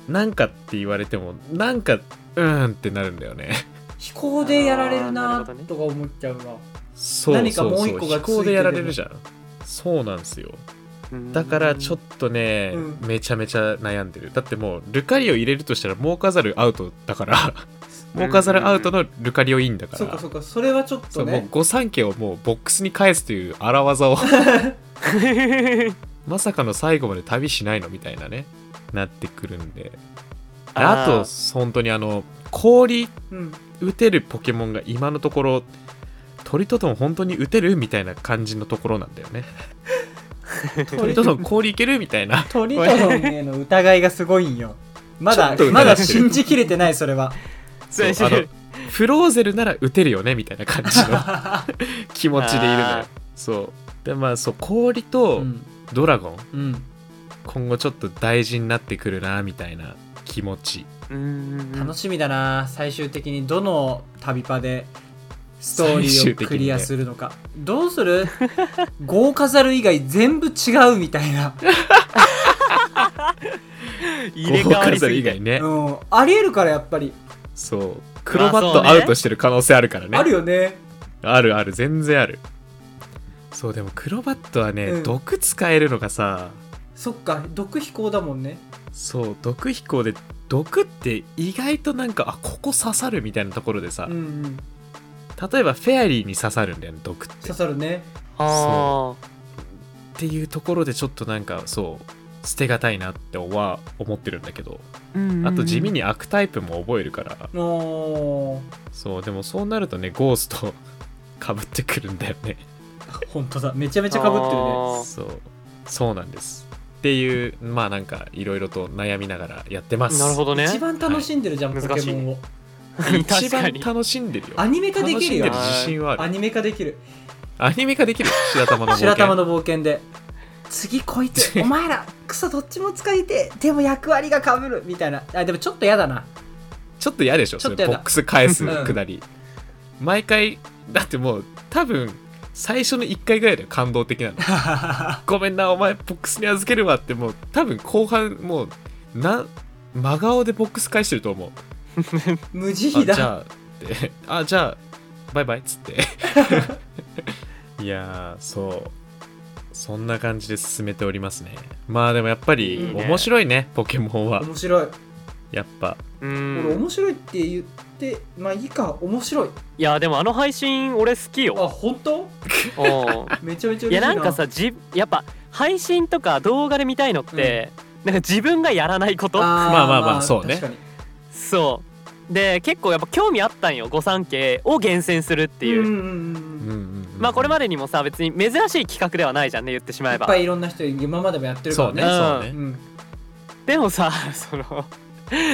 Speaker 1: なんかって言われてもなんかうーんってなるんだよね
Speaker 3: 飛行でやられる
Speaker 2: あ
Speaker 3: な
Speaker 2: ーなるほどね
Speaker 3: とか思っちゃうわ
Speaker 1: そう
Speaker 3: 何かもう一
Speaker 1: そうそ
Speaker 3: 個
Speaker 1: う飛
Speaker 3: がついてても
Speaker 1: 行でやられるじゃんそうなんですよだからちょ っとね、
Speaker 3: う
Speaker 1: めちゃめちゃ悩んでるだってもうルカリオ入れるとしたらモーカザルアウトだからモーカザルアウトのルカリオインだから
Speaker 3: そっかそっかそれはちょっ
Speaker 1: そ
Speaker 3: と
Speaker 1: うもう
Speaker 3: ね
Speaker 1: 御三家をもうボックスに返すという荒技をまさかの最後まで旅しないのみたいなねなってくるんであ
Speaker 2: あー
Speaker 1: と本当にあの氷
Speaker 3: うん
Speaker 1: 打てるポケモンが今のところ鳥ととも本当に打てるみたいな感じのところなんだ よね鳥ととも氷いけるみたいな
Speaker 3: トリトロンへの疑いがすごいんよま
Speaker 1: ちょ
Speaker 3: だ
Speaker 1: っと疑ってる
Speaker 3: まだ信じきれてないそれは
Speaker 2: そう
Speaker 1: そうあのフローゼルなら打てるよねみたいな感じの気持ちでいるのよ
Speaker 2: あー
Speaker 1: そうでまあそう氷と
Speaker 3: うん
Speaker 1: ドラゴン、
Speaker 3: うん
Speaker 1: 今後ちょっと大事になってくるなみたいな気持ち
Speaker 3: 楽しみだな最終的にどの旅パでストーリーをクリアするのか、どう する豪華ザル以外全部違うみたいな、
Speaker 2: 入れ替わり
Speaker 1: ゴーカ
Speaker 2: す
Speaker 1: ル以
Speaker 2: ぎて
Speaker 1: 外ね、
Speaker 3: うん、ありえるからやっぱり、
Speaker 1: そうクロバットアウトしてる可能性あるからね,、
Speaker 3: あるよね
Speaker 1: あるある全然あるそうでもクロバットはね、
Speaker 3: うん
Speaker 1: 毒使えるのがさ
Speaker 3: そっか毒飛行だもんね
Speaker 1: そう毒飛行で毒って意外となんかあここ刺さるみたいなところでさ、
Speaker 3: うん、うん、
Speaker 1: 例えばフェアリーに刺さるんだよね毒って
Speaker 3: 刺さるね
Speaker 2: あ
Speaker 1: っていうところでちょっとなんかそう捨てがたいなっては思ってるんだけど
Speaker 2: うん
Speaker 1: あと地味に悪タイプも覚えるから
Speaker 3: おー
Speaker 1: そうでもそうなるとねゴーストかぶってくるんだよね
Speaker 3: 本当だめちゃめちゃかぶってるね
Speaker 2: あー
Speaker 1: そうそうなんですっていうまあなんかいろいろと悩みながらやってます
Speaker 2: なるほどね
Speaker 3: 一番楽しんでるじゃん、
Speaker 2: はい
Speaker 3: ポケモンを
Speaker 1: 一
Speaker 2: 確か
Speaker 1: 番
Speaker 2: に
Speaker 1: 楽しんでるよ
Speaker 3: アニメ化で
Speaker 1: 楽
Speaker 3: き
Speaker 1: し
Speaker 3: る
Speaker 1: んで
Speaker 3: よ
Speaker 1: る自信は
Speaker 3: ア
Speaker 1: ある
Speaker 3: ニメ化できる
Speaker 1: アニメ化できる白玉の冒険
Speaker 3: 白玉の冒険で次こいつお前らクソどっちも使いてえでも役割がかぶるみたいなあでもちょっと嫌だ な
Speaker 1: ちょっと嫌でしょ
Speaker 3: ち
Speaker 1: そ
Speaker 3: ょ
Speaker 1: れ
Speaker 3: っと嫌
Speaker 1: ボ
Speaker 3: だ
Speaker 1: ックス返す
Speaker 3: うん
Speaker 1: くだり、毎回だってもう多分最初の1回ぐらいで感動 的なのごめんなお前ボックスに預けるわってもう多分後半もうな真顔でボックス返してると思う
Speaker 3: 無慈
Speaker 1: あ
Speaker 3: 悲
Speaker 1: じ
Speaker 3: だ
Speaker 1: ゃあってあじゃあバイバイっつって いやーそうそんな感じで進めておりますねまあでもやっぱ
Speaker 3: い
Speaker 1: り
Speaker 3: い
Speaker 2: ね
Speaker 1: 面白いねポケモンは
Speaker 3: 面白い、
Speaker 1: やっぱ
Speaker 2: う
Speaker 3: 俺
Speaker 2: ん
Speaker 3: 面白いって言ってまあいいか面白い
Speaker 2: いやでもあの配信俺好き
Speaker 3: あ
Speaker 2: よ
Speaker 3: 本当
Speaker 2: うん
Speaker 3: めちゃめちゃ嬉しい
Speaker 2: いやなんかさじやっぱ配信とか動画で見たいのって、なんか自分がやらないこと
Speaker 1: まあまあまあそうね
Speaker 3: 確かに
Speaker 2: そうで結構やっぱ興味あったんよ御三家を厳選するっていう、
Speaker 3: うんうんうん
Speaker 1: うんうんうん
Speaker 2: まあこれまでにもさ別に珍しい企画ではないじゃんね言ってしま
Speaker 3: い
Speaker 2: え
Speaker 3: っ
Speaker 2: ば
Speaker 3: ぱいいろんな人今までもやってるからね
Speaker 1: そうねそう
Speaker 2: う
Speaker 1: ね、
Speaker 3: うん
Speaker 2: でもさ その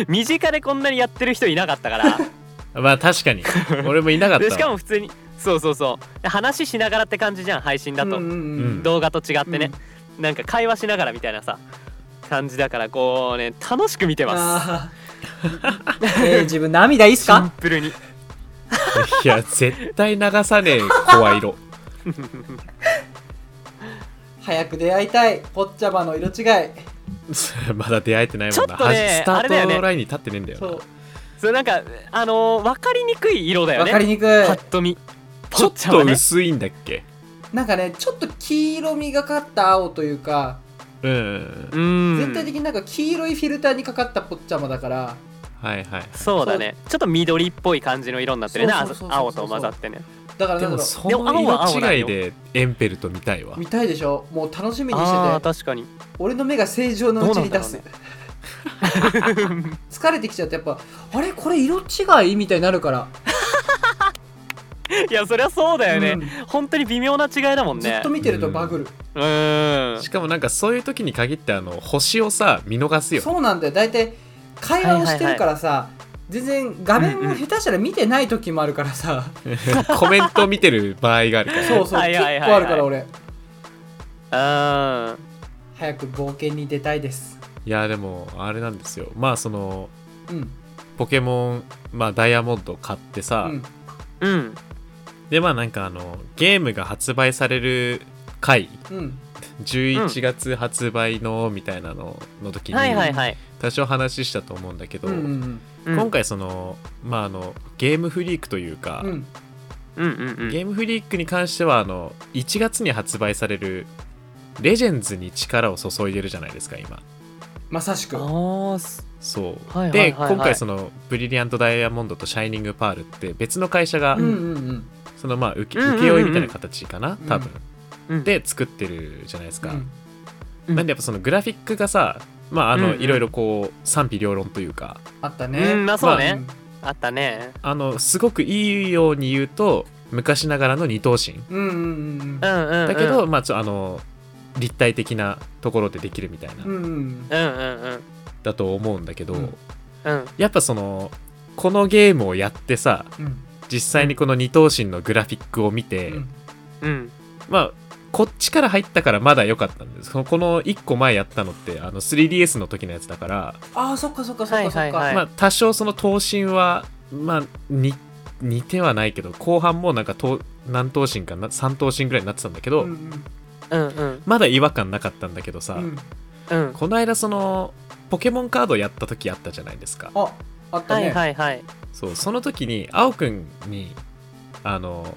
Speaker 2: 身近でこんなにやってる人いなかったから
Speaker 1: まあ確かに俺もいなかった
Speaker 2: で
Speaker 1: わ
Speaker 2: しかも普通にそうそうそうで話しながらって感じじゃん配信だと、
Speaker 3: うんうん
Speaker 1: うん
Speaker 2: 動画と違ってね、なんか会話しながらみたいなさ感じだからこうね楽しく見てます
Speaker 3: あー えー自分涙いいっす
Speaker 2: シン
Speaker 3: か
Speaker 2: プルに
Speaker 1: いや絶対流さねえ声色
Speaker 3: 早く出会いたいポッチャマの色違い
Speaker 1: まだ出会えてないもんな
Speaker 2: ちょっとね
Speaker 1: はじスタ
Speaker 2: あれだよ
Speaker 1: ー
Speaker 2: ね
Speaker 1: トラインに立ってねえんだよな
Speaker 3: そう
Speaker 2: そうなんかあのー、分かりにくい色だよ
Speaker 3: わ
Speaker 2: ね
Speaker 3: かりにくい
Speaker 2: ぱっと見
Speaker 1: ちょっ
Speaker 2: ぽちゃんは
Speaker 1: と
Speaker 2: ね
Speaker 1: 薄いんだっけ
Speaker 3: なんかねちょっと黄色みがかった青というか
Speaker 1: うん
Speaker 2: うん
Speaker 3: 全体的になんか黄色いフィルターにかかったポッチャマだから
Speaker 1: はいはい
Speaker 2: そうだねちょっと緑っぽい感じの色になってるね
Speaker 3: そうそうそうそう
Speaker 2: あ青と混ざってね
Speaker 3: だから
Speaker 1: で
Speaker 3: な
Speaker 1: も
Speaker 3: んだろ
Speaker 1: そ
Speaker 2: でも青は
Speaker 1: の
Speaker 2: 青な
Speaker 1: 色
Speaker 2: ん
Speaker 1: 違い
Speaker 2: よ
Speaker 1: でエンペルト見たいわ
Speaker 3: う見たいでしょもう楽しみに
Speaker 2: あ
Speaker 3: し
Speaker 2: あ
Speaker 3: てて
Speaker 2: 確かに
Speaker 3: 俺の目が正常のうちに出す、
Speaker 2: どう
Speaker 3: 疲れてきちゃってやっぱあれこれ色違いみたいになるから、
Speaker 2: いやそりゃそうだよね、
Speaker 3: うん
Speaker 2: 本当に微妙な違いだもん
Speaker 3: ずっ
Speaker 2: ね
Speaker 3: と見てるとバグる、
Speaker 2: うーん
Speaker 1: しかもなんかそういう時に限ってあの星をさ見逃すよ
Speaker 3: そうなんだよ大体会話をしてるからさ、全然画面
Speaker 2: うんう
Speaker 3: を
Speaker 2: ん
Speaker 3: 下手したら見てない時もあるから さ、
Speaker 1: コメント見てる場合があるから
Speaker 3: そうそう
Speaker 2: はい
Speaker 3: 結構
Speaker 2: はいはいはい
Speaker 3: あるから俺
Speaker 2: あ
Speaker 3: 早く冒険に出たいです
Speaker 1: いやでもあれなんですよまあその
Speaker 3: うん
Speaker 1: ポケモン、まあ、ダイヤモンド買って
Speaker 3: う
Speaker 1: さ、
Speaker 3: ん
Speaker 2: ーうん
Speaker 1: でまあなんかあのゲームが発売される回
Speaker 3: うん
Speaker 1: 11月発売のみたいなのの時に
Speaker 2: はいはいはい、
Speaker 1: 多少話したと思うんだけど、
Speaker 3: うんうん
Speaker 2: うん、
Speaker 1: 今回その,、まあ、あのゲームフリークというか、
Speaker 3: うん
Speaker 2: う
Speaker 3: うん
Speaker 2: んうんうん
Speaker 1: ゲームフリークに関してはあの1月に発売されるレジェンズに力を注いでるじゃないですか今
Speaker 3: まさしく
Speaker 2: ああす
Speaker 1: そう、
Speaker 2: はいはいはいはい
Speaker 1: で今回そのブリリアントダイヤモンドとシャイニングパールって別の会社が、
Speaker 3: うんうんうん
Speaker 1: そのまあ請
Speaker 2: うんうんうん
Speaker 1: 請負いみたいな形かな、多分、
Speaker 2: うん
Speaker 1: で作ってるじゃないですか、
Speaker 3: うん
Speaker 1: なんでやっぱそのグラフィックがさまああの、
Speaker 2: うんうん
Speaker 1: いろいろこう賛否両論というか
Speaker 3: あった
Speaker 2: う
Speaker 3: ね
Speaker 2: んまあそうね、
Speaker 3: ん
Speaker 2: あったね
Speaker 1: あのすごくいいように言うと昔ながらの二等身
Speaker 3: うんうんう
Speaker 2: う
Speaker 3: ん
Speaker 2: んうん、うん、
Speaker 1: だけど、まあちょあの立体的なところでできるみたいな、
Speaker 3: うんうん
Speaker 2: うんうんうん
Speaker 1: だと思うんだけど、
Speaker 3: うん
Speaker 2: うん
Speaker 1: やっぱそのこのゲームをやってさ
Speaker 3: うん
Speaker 1: 実際にこの二等身のグラフィックを見て、
Speaker 3: うん
Speaker 2: うん
Speaker 1: まあこっちから入ったからまだ良かったんですそのこの1個前やったのってあの 3DS の時のやつだから、
Speaker 3: ああそっかそっかそっかそ
Speaker 2: は
Speaker 3: っ
Speaker 2: いはいは
Speaker 3: か
Speaker 2: い
Speaker 1: まあ多少その等身はまあに似てはないけど後半もなんかと何等身かな3等身ぐらいになってたんだけど、
Speaker 3: うんうん
Speaker 2: うんうん
Speaker 1: まだ違和感なかったんだけどさ、
Speaker 3: うん
Speaker 2: うん
Speaker 1: この間そのポケモンカードやった時あったじゃないですか
Speaker 3: ああった
Speaker 2: は
Speaker 3: ね
Speaker 2: いはいはい
Speaker 1: そうその時に青くんにあの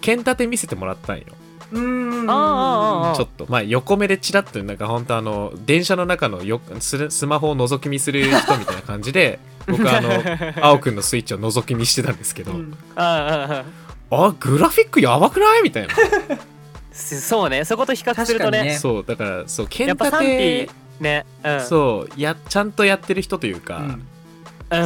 Speaker 1: 剣立て見せてもらったんよ
Speaker 3: うんうんうん
Speaker 2: ああああああ
Speaker 1: ちょっとまあ横目でチラッとなんか本当あの電車の中のよススマホを覗き見する人みたいな感じ で僕あの青くんのスイッチを覗き見してたんですけど、
Speaker 3: うん
Speaker 2: ああああ
Speaker 1: あグラフィックやばくないみたいな
Speaker 2: すそうねそこと比較すると
Speaker 3: 確かに
Speaker 2: ね
Speaker 3: ね
Speaker 1: そうだからそう剣
Speaker 2: やっぱ
Speaker 1: 立
Speaker 2: 賛
Speaker 1: て
Speaker 2: 否ねうん
Speaker 1: そうやちゃんとやってる人というか、
Speaker 3: うん
Speaker 2: うん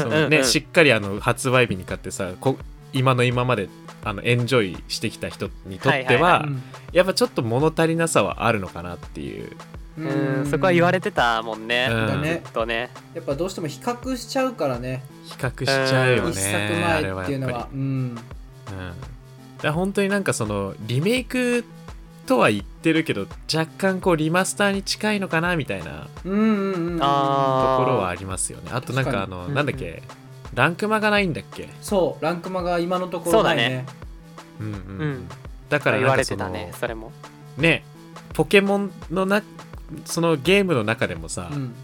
Speaker 1: そ
Speaker 2: うん
Speaker 1: のね
Speaker 2: うん
Speaker 1: しっかりあの発売日に買ってさこ今の今まであのエンジョイしてきた人にとっては,、
Speaker 2: は
Speaker 3: うん
Speaker 1: やっぱちょっと物足りなさはあるのかなっていう、
Speaker 2: うんそこは言われてたもんね、
Speaker 1: うん
Speaker 3: だね
Speaker 2: ずっとね
Speaker 3: やっぱどうしても比較しちゃうからね
Speaker 1: 比較しちゃうよね、
Speaker 3: 一作前っていうのは
Speaker 1: あれやっぱ
Speaker 3: うん
Speaker 1: りうん、だから本当になんかそのリメイクとは言ってるけど若干こうリマスターに近いのかなみたいな
Speaker 3: うんうんうんうん
Speaker 1: と
Speaker 2: あー
Speaker 1: ころはありますよねあとなんかあ
Speaker 3: 確かに
Speaker 1: の
Speaker 3: うんうん
Speaker 1: なんだっけランクマがないんだっけ
Speaker 3: そうランクマが今のところないね
Speaker 1: うんうんうん
Speaker 2: うん
Speaker 1: だから
Speaker 2: 言
Speaker 1: な
Speaker 2: わ
Speaker 1: んか
Speaker 2: れ
Speaker 1: そ
Speaker 2: て
Speaker 1: の
Speaker 2: たねそれも
Speaker 1: ねポケモンのなそのゲームの中でもさ、
Speaker 3: うん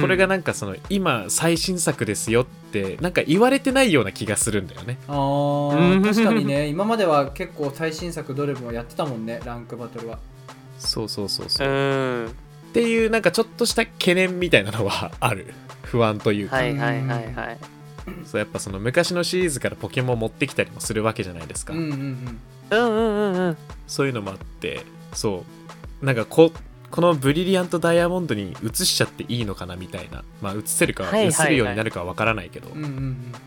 Speaker 1: これがなんかその今最新作ですよってなんか言われてないような気がするんだよね
Speaker 3: あ
Speaker 2: う
Speaker 3: ー
Speaker 2: ん
Speaker 3: 確かにね今までは結構最新作どれもやってたもんねランクバトルは
Speaker 1: そうそうそう
Speaker 2: う
Speaker 1: そう、っ
Speaker 2: んうん
Speaker 1: ていうなんかちょっとした懸念みたいなのはある 不安というか、
Speaker 2: はいはいはいはい
Speaker 1: そうやっぱその昔のシリーズからポケモン持ってきたりもするわけじゃないです
Speaker 3: う
Speaker 1: か、
Speaker 3: んうんうん
Speaker 2: うんうんうんうん
Speaker 1: そういうのもあってそうなんかここのブリリアントダイヤモンドに移しちゃっていいのかなみたいなまあ移せるか
Speaker 2: はいはい
Speaker 1: 移
Speaker 2: はい
Speaker 1: せるようになるかはわからないけど、
Speaker 3: うんうん
Speaker 2: うん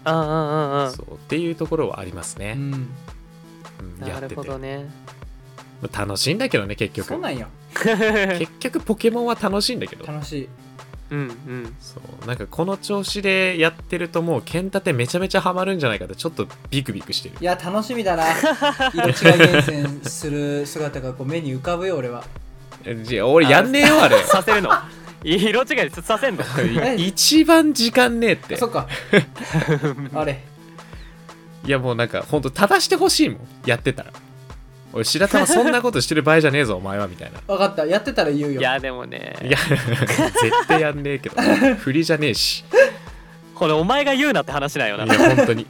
Speaker 2: うんうんうん
Speaker 1: そうっていうところはあります
Speaker 3: う
Speaker 1: ね、
Speaker 3: んうん
Speaker 1: うんやっ
Speaker 2: な
Speaker 1: て
Speaker 2: る
Speaker 1: て
Speaker 2: ほどね
Speaker 1: まあ楽しいんだけどね結局
Speaker 3: そうなんや
Speaker 1: 結局ポケモンは楽しいんだけど
Speaker 3: 楽しい
Speaker 2: うんうん
Speaker 1: そうなんかこの調子でやってるともう剣立てめちゃめちゃハマるんじゃないかってちょっとビクビクしてる
Speaker 3: いや楽しみだな色違い厳選する姿がこう目に浮かぶよ俺は
Speaker 1: えじゃあ俺やんねえよあれ
Speaker 2: させ るの色違いさせんの
Speaker 1: い一番時間ねえって
Speaker 3: そっ かあれ
Speaker 1: いやもうなんかほんと正してほしいもんやってたら俺白玉そんなことしてる場合じゃねえぞお前はみたいな
Speaker 3: 分かったやってたら言うよ
Speaker 2: いやでもね
Speaker 1: いや絶対やんねえけど振りじゃねえし
Speaker 2: これお前が言うなって話だよ
Speaker 1: い
Speaker 2: な
Speaker 1: や本当に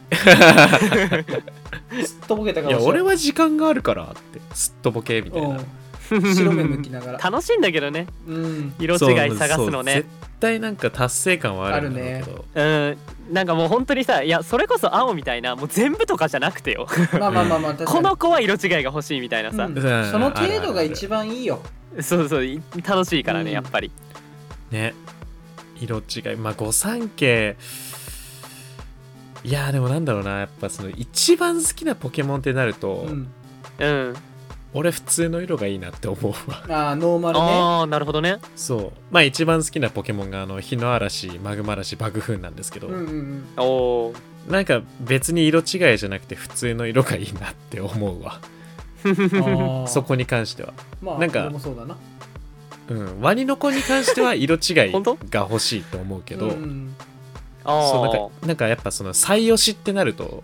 Speaker 3: すっとぼけたか
Speaker 1: い
Speaker 3: も
Speaker 1: や
Speaker 3: しれ
Speaker 1: 俺
Speaker 3: ない
Speaker 1: は時間があるからってすっとぼけみたいな
Speaker 3: うん白目向きながら
Speaker 2: 楽しいんだけどね
Speaker 3: うん
Speaker 2: 色
Speaker 1: そう
Speaker 2: 違い探すの
Speaker 1: そう
Speaker 2: ね
Speaker 1: 絶対なんか達成感はあるんだろうけど、
Speaker 2: うんなんかもう本当にさいやそれこそ青みたいなもう全部とかじゃなくてよ
Speaker 3: まあまあまあまあ確かに
Speaker 2: この子は色違いが欲しいみたいなさ
Speaker 3: う、ん
Speaker 1: うん
Speaker 3: その程度が一番いいよ
Speaker 2: そうそうい楽しいからね、
Speaker 3: うん
Speaker 2: やっぱり
Speaker 1: ね色違いまあ御三家いやーでもなんだろうなやっぱその一番好きなポケモンってなると、
Speaker 3: うん
Speaker 2: うん
Speaker 1: 俺普通の色がいいなって思うわ
Speaker 3: ああノーマルね
Speaker 2: ああなるほどね
Speaker 1: そうまあ一番好きなポケモンがあの火の嵐マグマ嵐バグフーンなんですけど、
Speaker 3: うんうんうん
Speaker 2: おお
Speaker 1: なんか別に色違いじゃなくて普通の色がいいなって思うわ
Speaker 3: あ ー
Speaker 1: そこに関しては
Speaker 3: まあ
Speaker 1: なんか
Speaker 3: 俺もそうだな
Speaker 1: うんワニの子に関しては色 違い
Speaker 2: 本当
Speaker 1: が欲しいと思うけど、
Speaker 3: うんうん
Speaker 2: あ
Speaker 1: そうなん
Speaker 2: ー
Speaker 1: かなんかやっぱその最推しってなると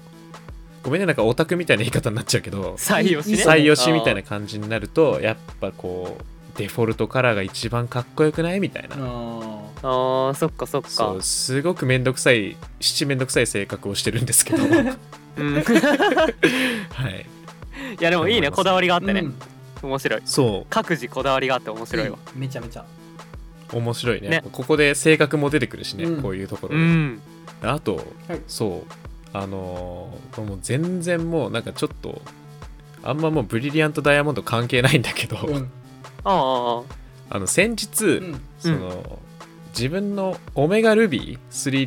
Speaker 1: ごめんねなんかオタクみたいな言い方になっちゃうけど
Speaker 2: 採用しね
Speaker 1: 最推しみたいな感じになるとやっぱこうデフォルトカラーが一番かっこよくないみたいな、
Speaker 3: あ
Speaker 2: あーあーそっかそっか
Speaker 1: そうすごく面倒くさい七面倒くさい性格をしてるんですけど
Speaker 2: うん、 い
Speaker 1: はい
Speaker 2: やでもいいねこだわりがあってね、
Speaker 3: うん
Speaker 2: 面白い
Speaker 1: そ
Speaker 2: 各自こだわりがあって面白いわ
Speaker 3: めちゃめちゃ
Speaker 1: う面白いね
Speaker 2: ね
Speaker 1: ここで性格も出てくるしね、
Speaker 3: うん
Speaker 1: こういうところ
Speaker 2: う
Speaker 1: で、
Speaker 2: ん
Speaker 1: あと
Speaker 3: はい
Speaker 1: そうあのーもう全然もうなんかちょっとあんまもうブリリアントダイヤモンド関係ないんだけど、
Speaker 3: うん
Speaker 2: あーあー
Speaker 1: あの先日、
Speaker 3: うん
Speaker 1: その自分のオメガルビー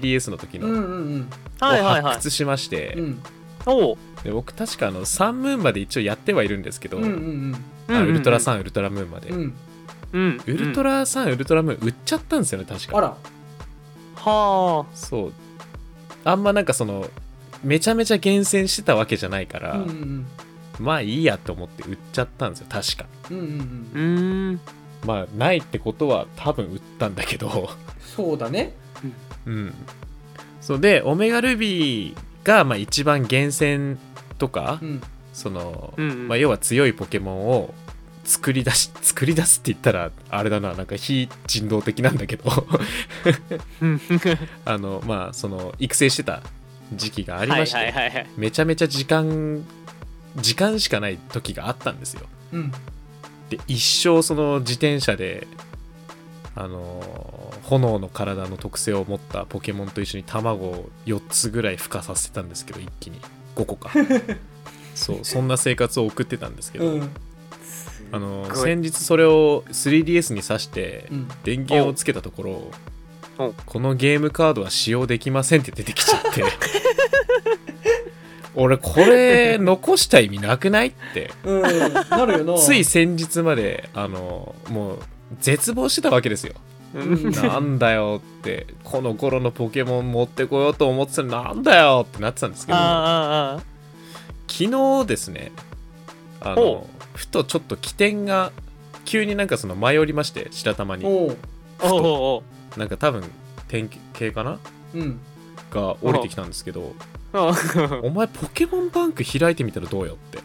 Speaker 1: 3DS の時
Speaker 3: う
Speaker 1: の、
Speaker 3: ん
Speaker 1: を
Speaker 3: うん
Speaker 2: あーはいはいはい
Speaker 1: 発掘しまして、
Speaker 3: うんうん
Speaker 2: おお
Speaker 1: で僕確かあのサンムーンまで一応やってはいるんですけど、
Speaker 3: うんうん
Speaker 1: あウルトラ
Speaker 2: ん
Speaker 1: サンウルトラムーンまで、
Speaker 3: うんうん
Speaker 2: うん
Speaker 1: ウルト
Speaker 2: ラ
Speaker 1: ラサンウルトラムーン売っちゃったんですよね確か
Speaker 3: あら
Speaker 2: は
Speaker 1: そうあんまなんかそのめちゃめちゃ厳選してたわけじゃないから、
Speaker 3: うんうん
Speaker 1: まあいいやと思って売っちゃったんですよ確か
Speaker 3: うんう
Speaker 2: あう
Speaker 3: んうん
Speaker 2: ーん
Speaker 1: まあないってことは多分売ったんだけど
Speaker 3: そうだね
Speaker 1: うん、そうでオメガルビーがまあ一番厳選とか、
Speaker 3: うん
Speaker 1: その、
Speaker 2: うんうん
Speaker 1: まあ、要は強いポケモンを作り出し 作り出すって言ったらあれだななんか非人道的なんだけど
Speaker 2: うん
Speaker 1: あのまあその育成してた時期がありまして、
Speaker 2: はいはいはいはい
Speaker 1: めちゃめちゃ時間時間しかない時があったんですよ
Speaker 3: うん
Speaker 1: で一生その自転車であのー炎の体の特性を持ったポケモンと一緒に卵を4つぐらい孵化させてたんですけど一気に5個かそうそんな生活を送ってたんですけど、
Speaker 3: うん
Speaker 2: す
Speaker 1: あの
Speaker 2: ごい
Speaker 1: 先日それを 3DS に挿して
Speaker 3: うん
Speaker 1: 電源をつけたとこ
Speaker 2: お
Speaker 1: ろ
Speaker 2: う
Speaker 1: このゲームカードは使用できませんって出てきちゃって 俺これ残した意味なくないって
Speaker 3: うん、なるよな
Speaker 1: つい先日まであのもう絶望してたわけ ですよ
Speaker 3: うん
Speaker 1: なんだよってこの頃のポケモン持ってこようと思ってたのなんだよってなってたんですけど
Speaker 2: あああ
Speaker 1: 昨日ですねあ
Speaker 2: お
Speaker 1: のふとちょっと起点が急になんかその迷いまして白玉に
Speaker 3: おう
Speaker 2: ああおうおう
Speaker 1: なんか多分点系かな
Speaker 3: うん
Speaker 1: が降りてきたんですけど
Speaker 2: おう
Speaker 1: 「お前ポケモンバンク開いてみたらどうよ」って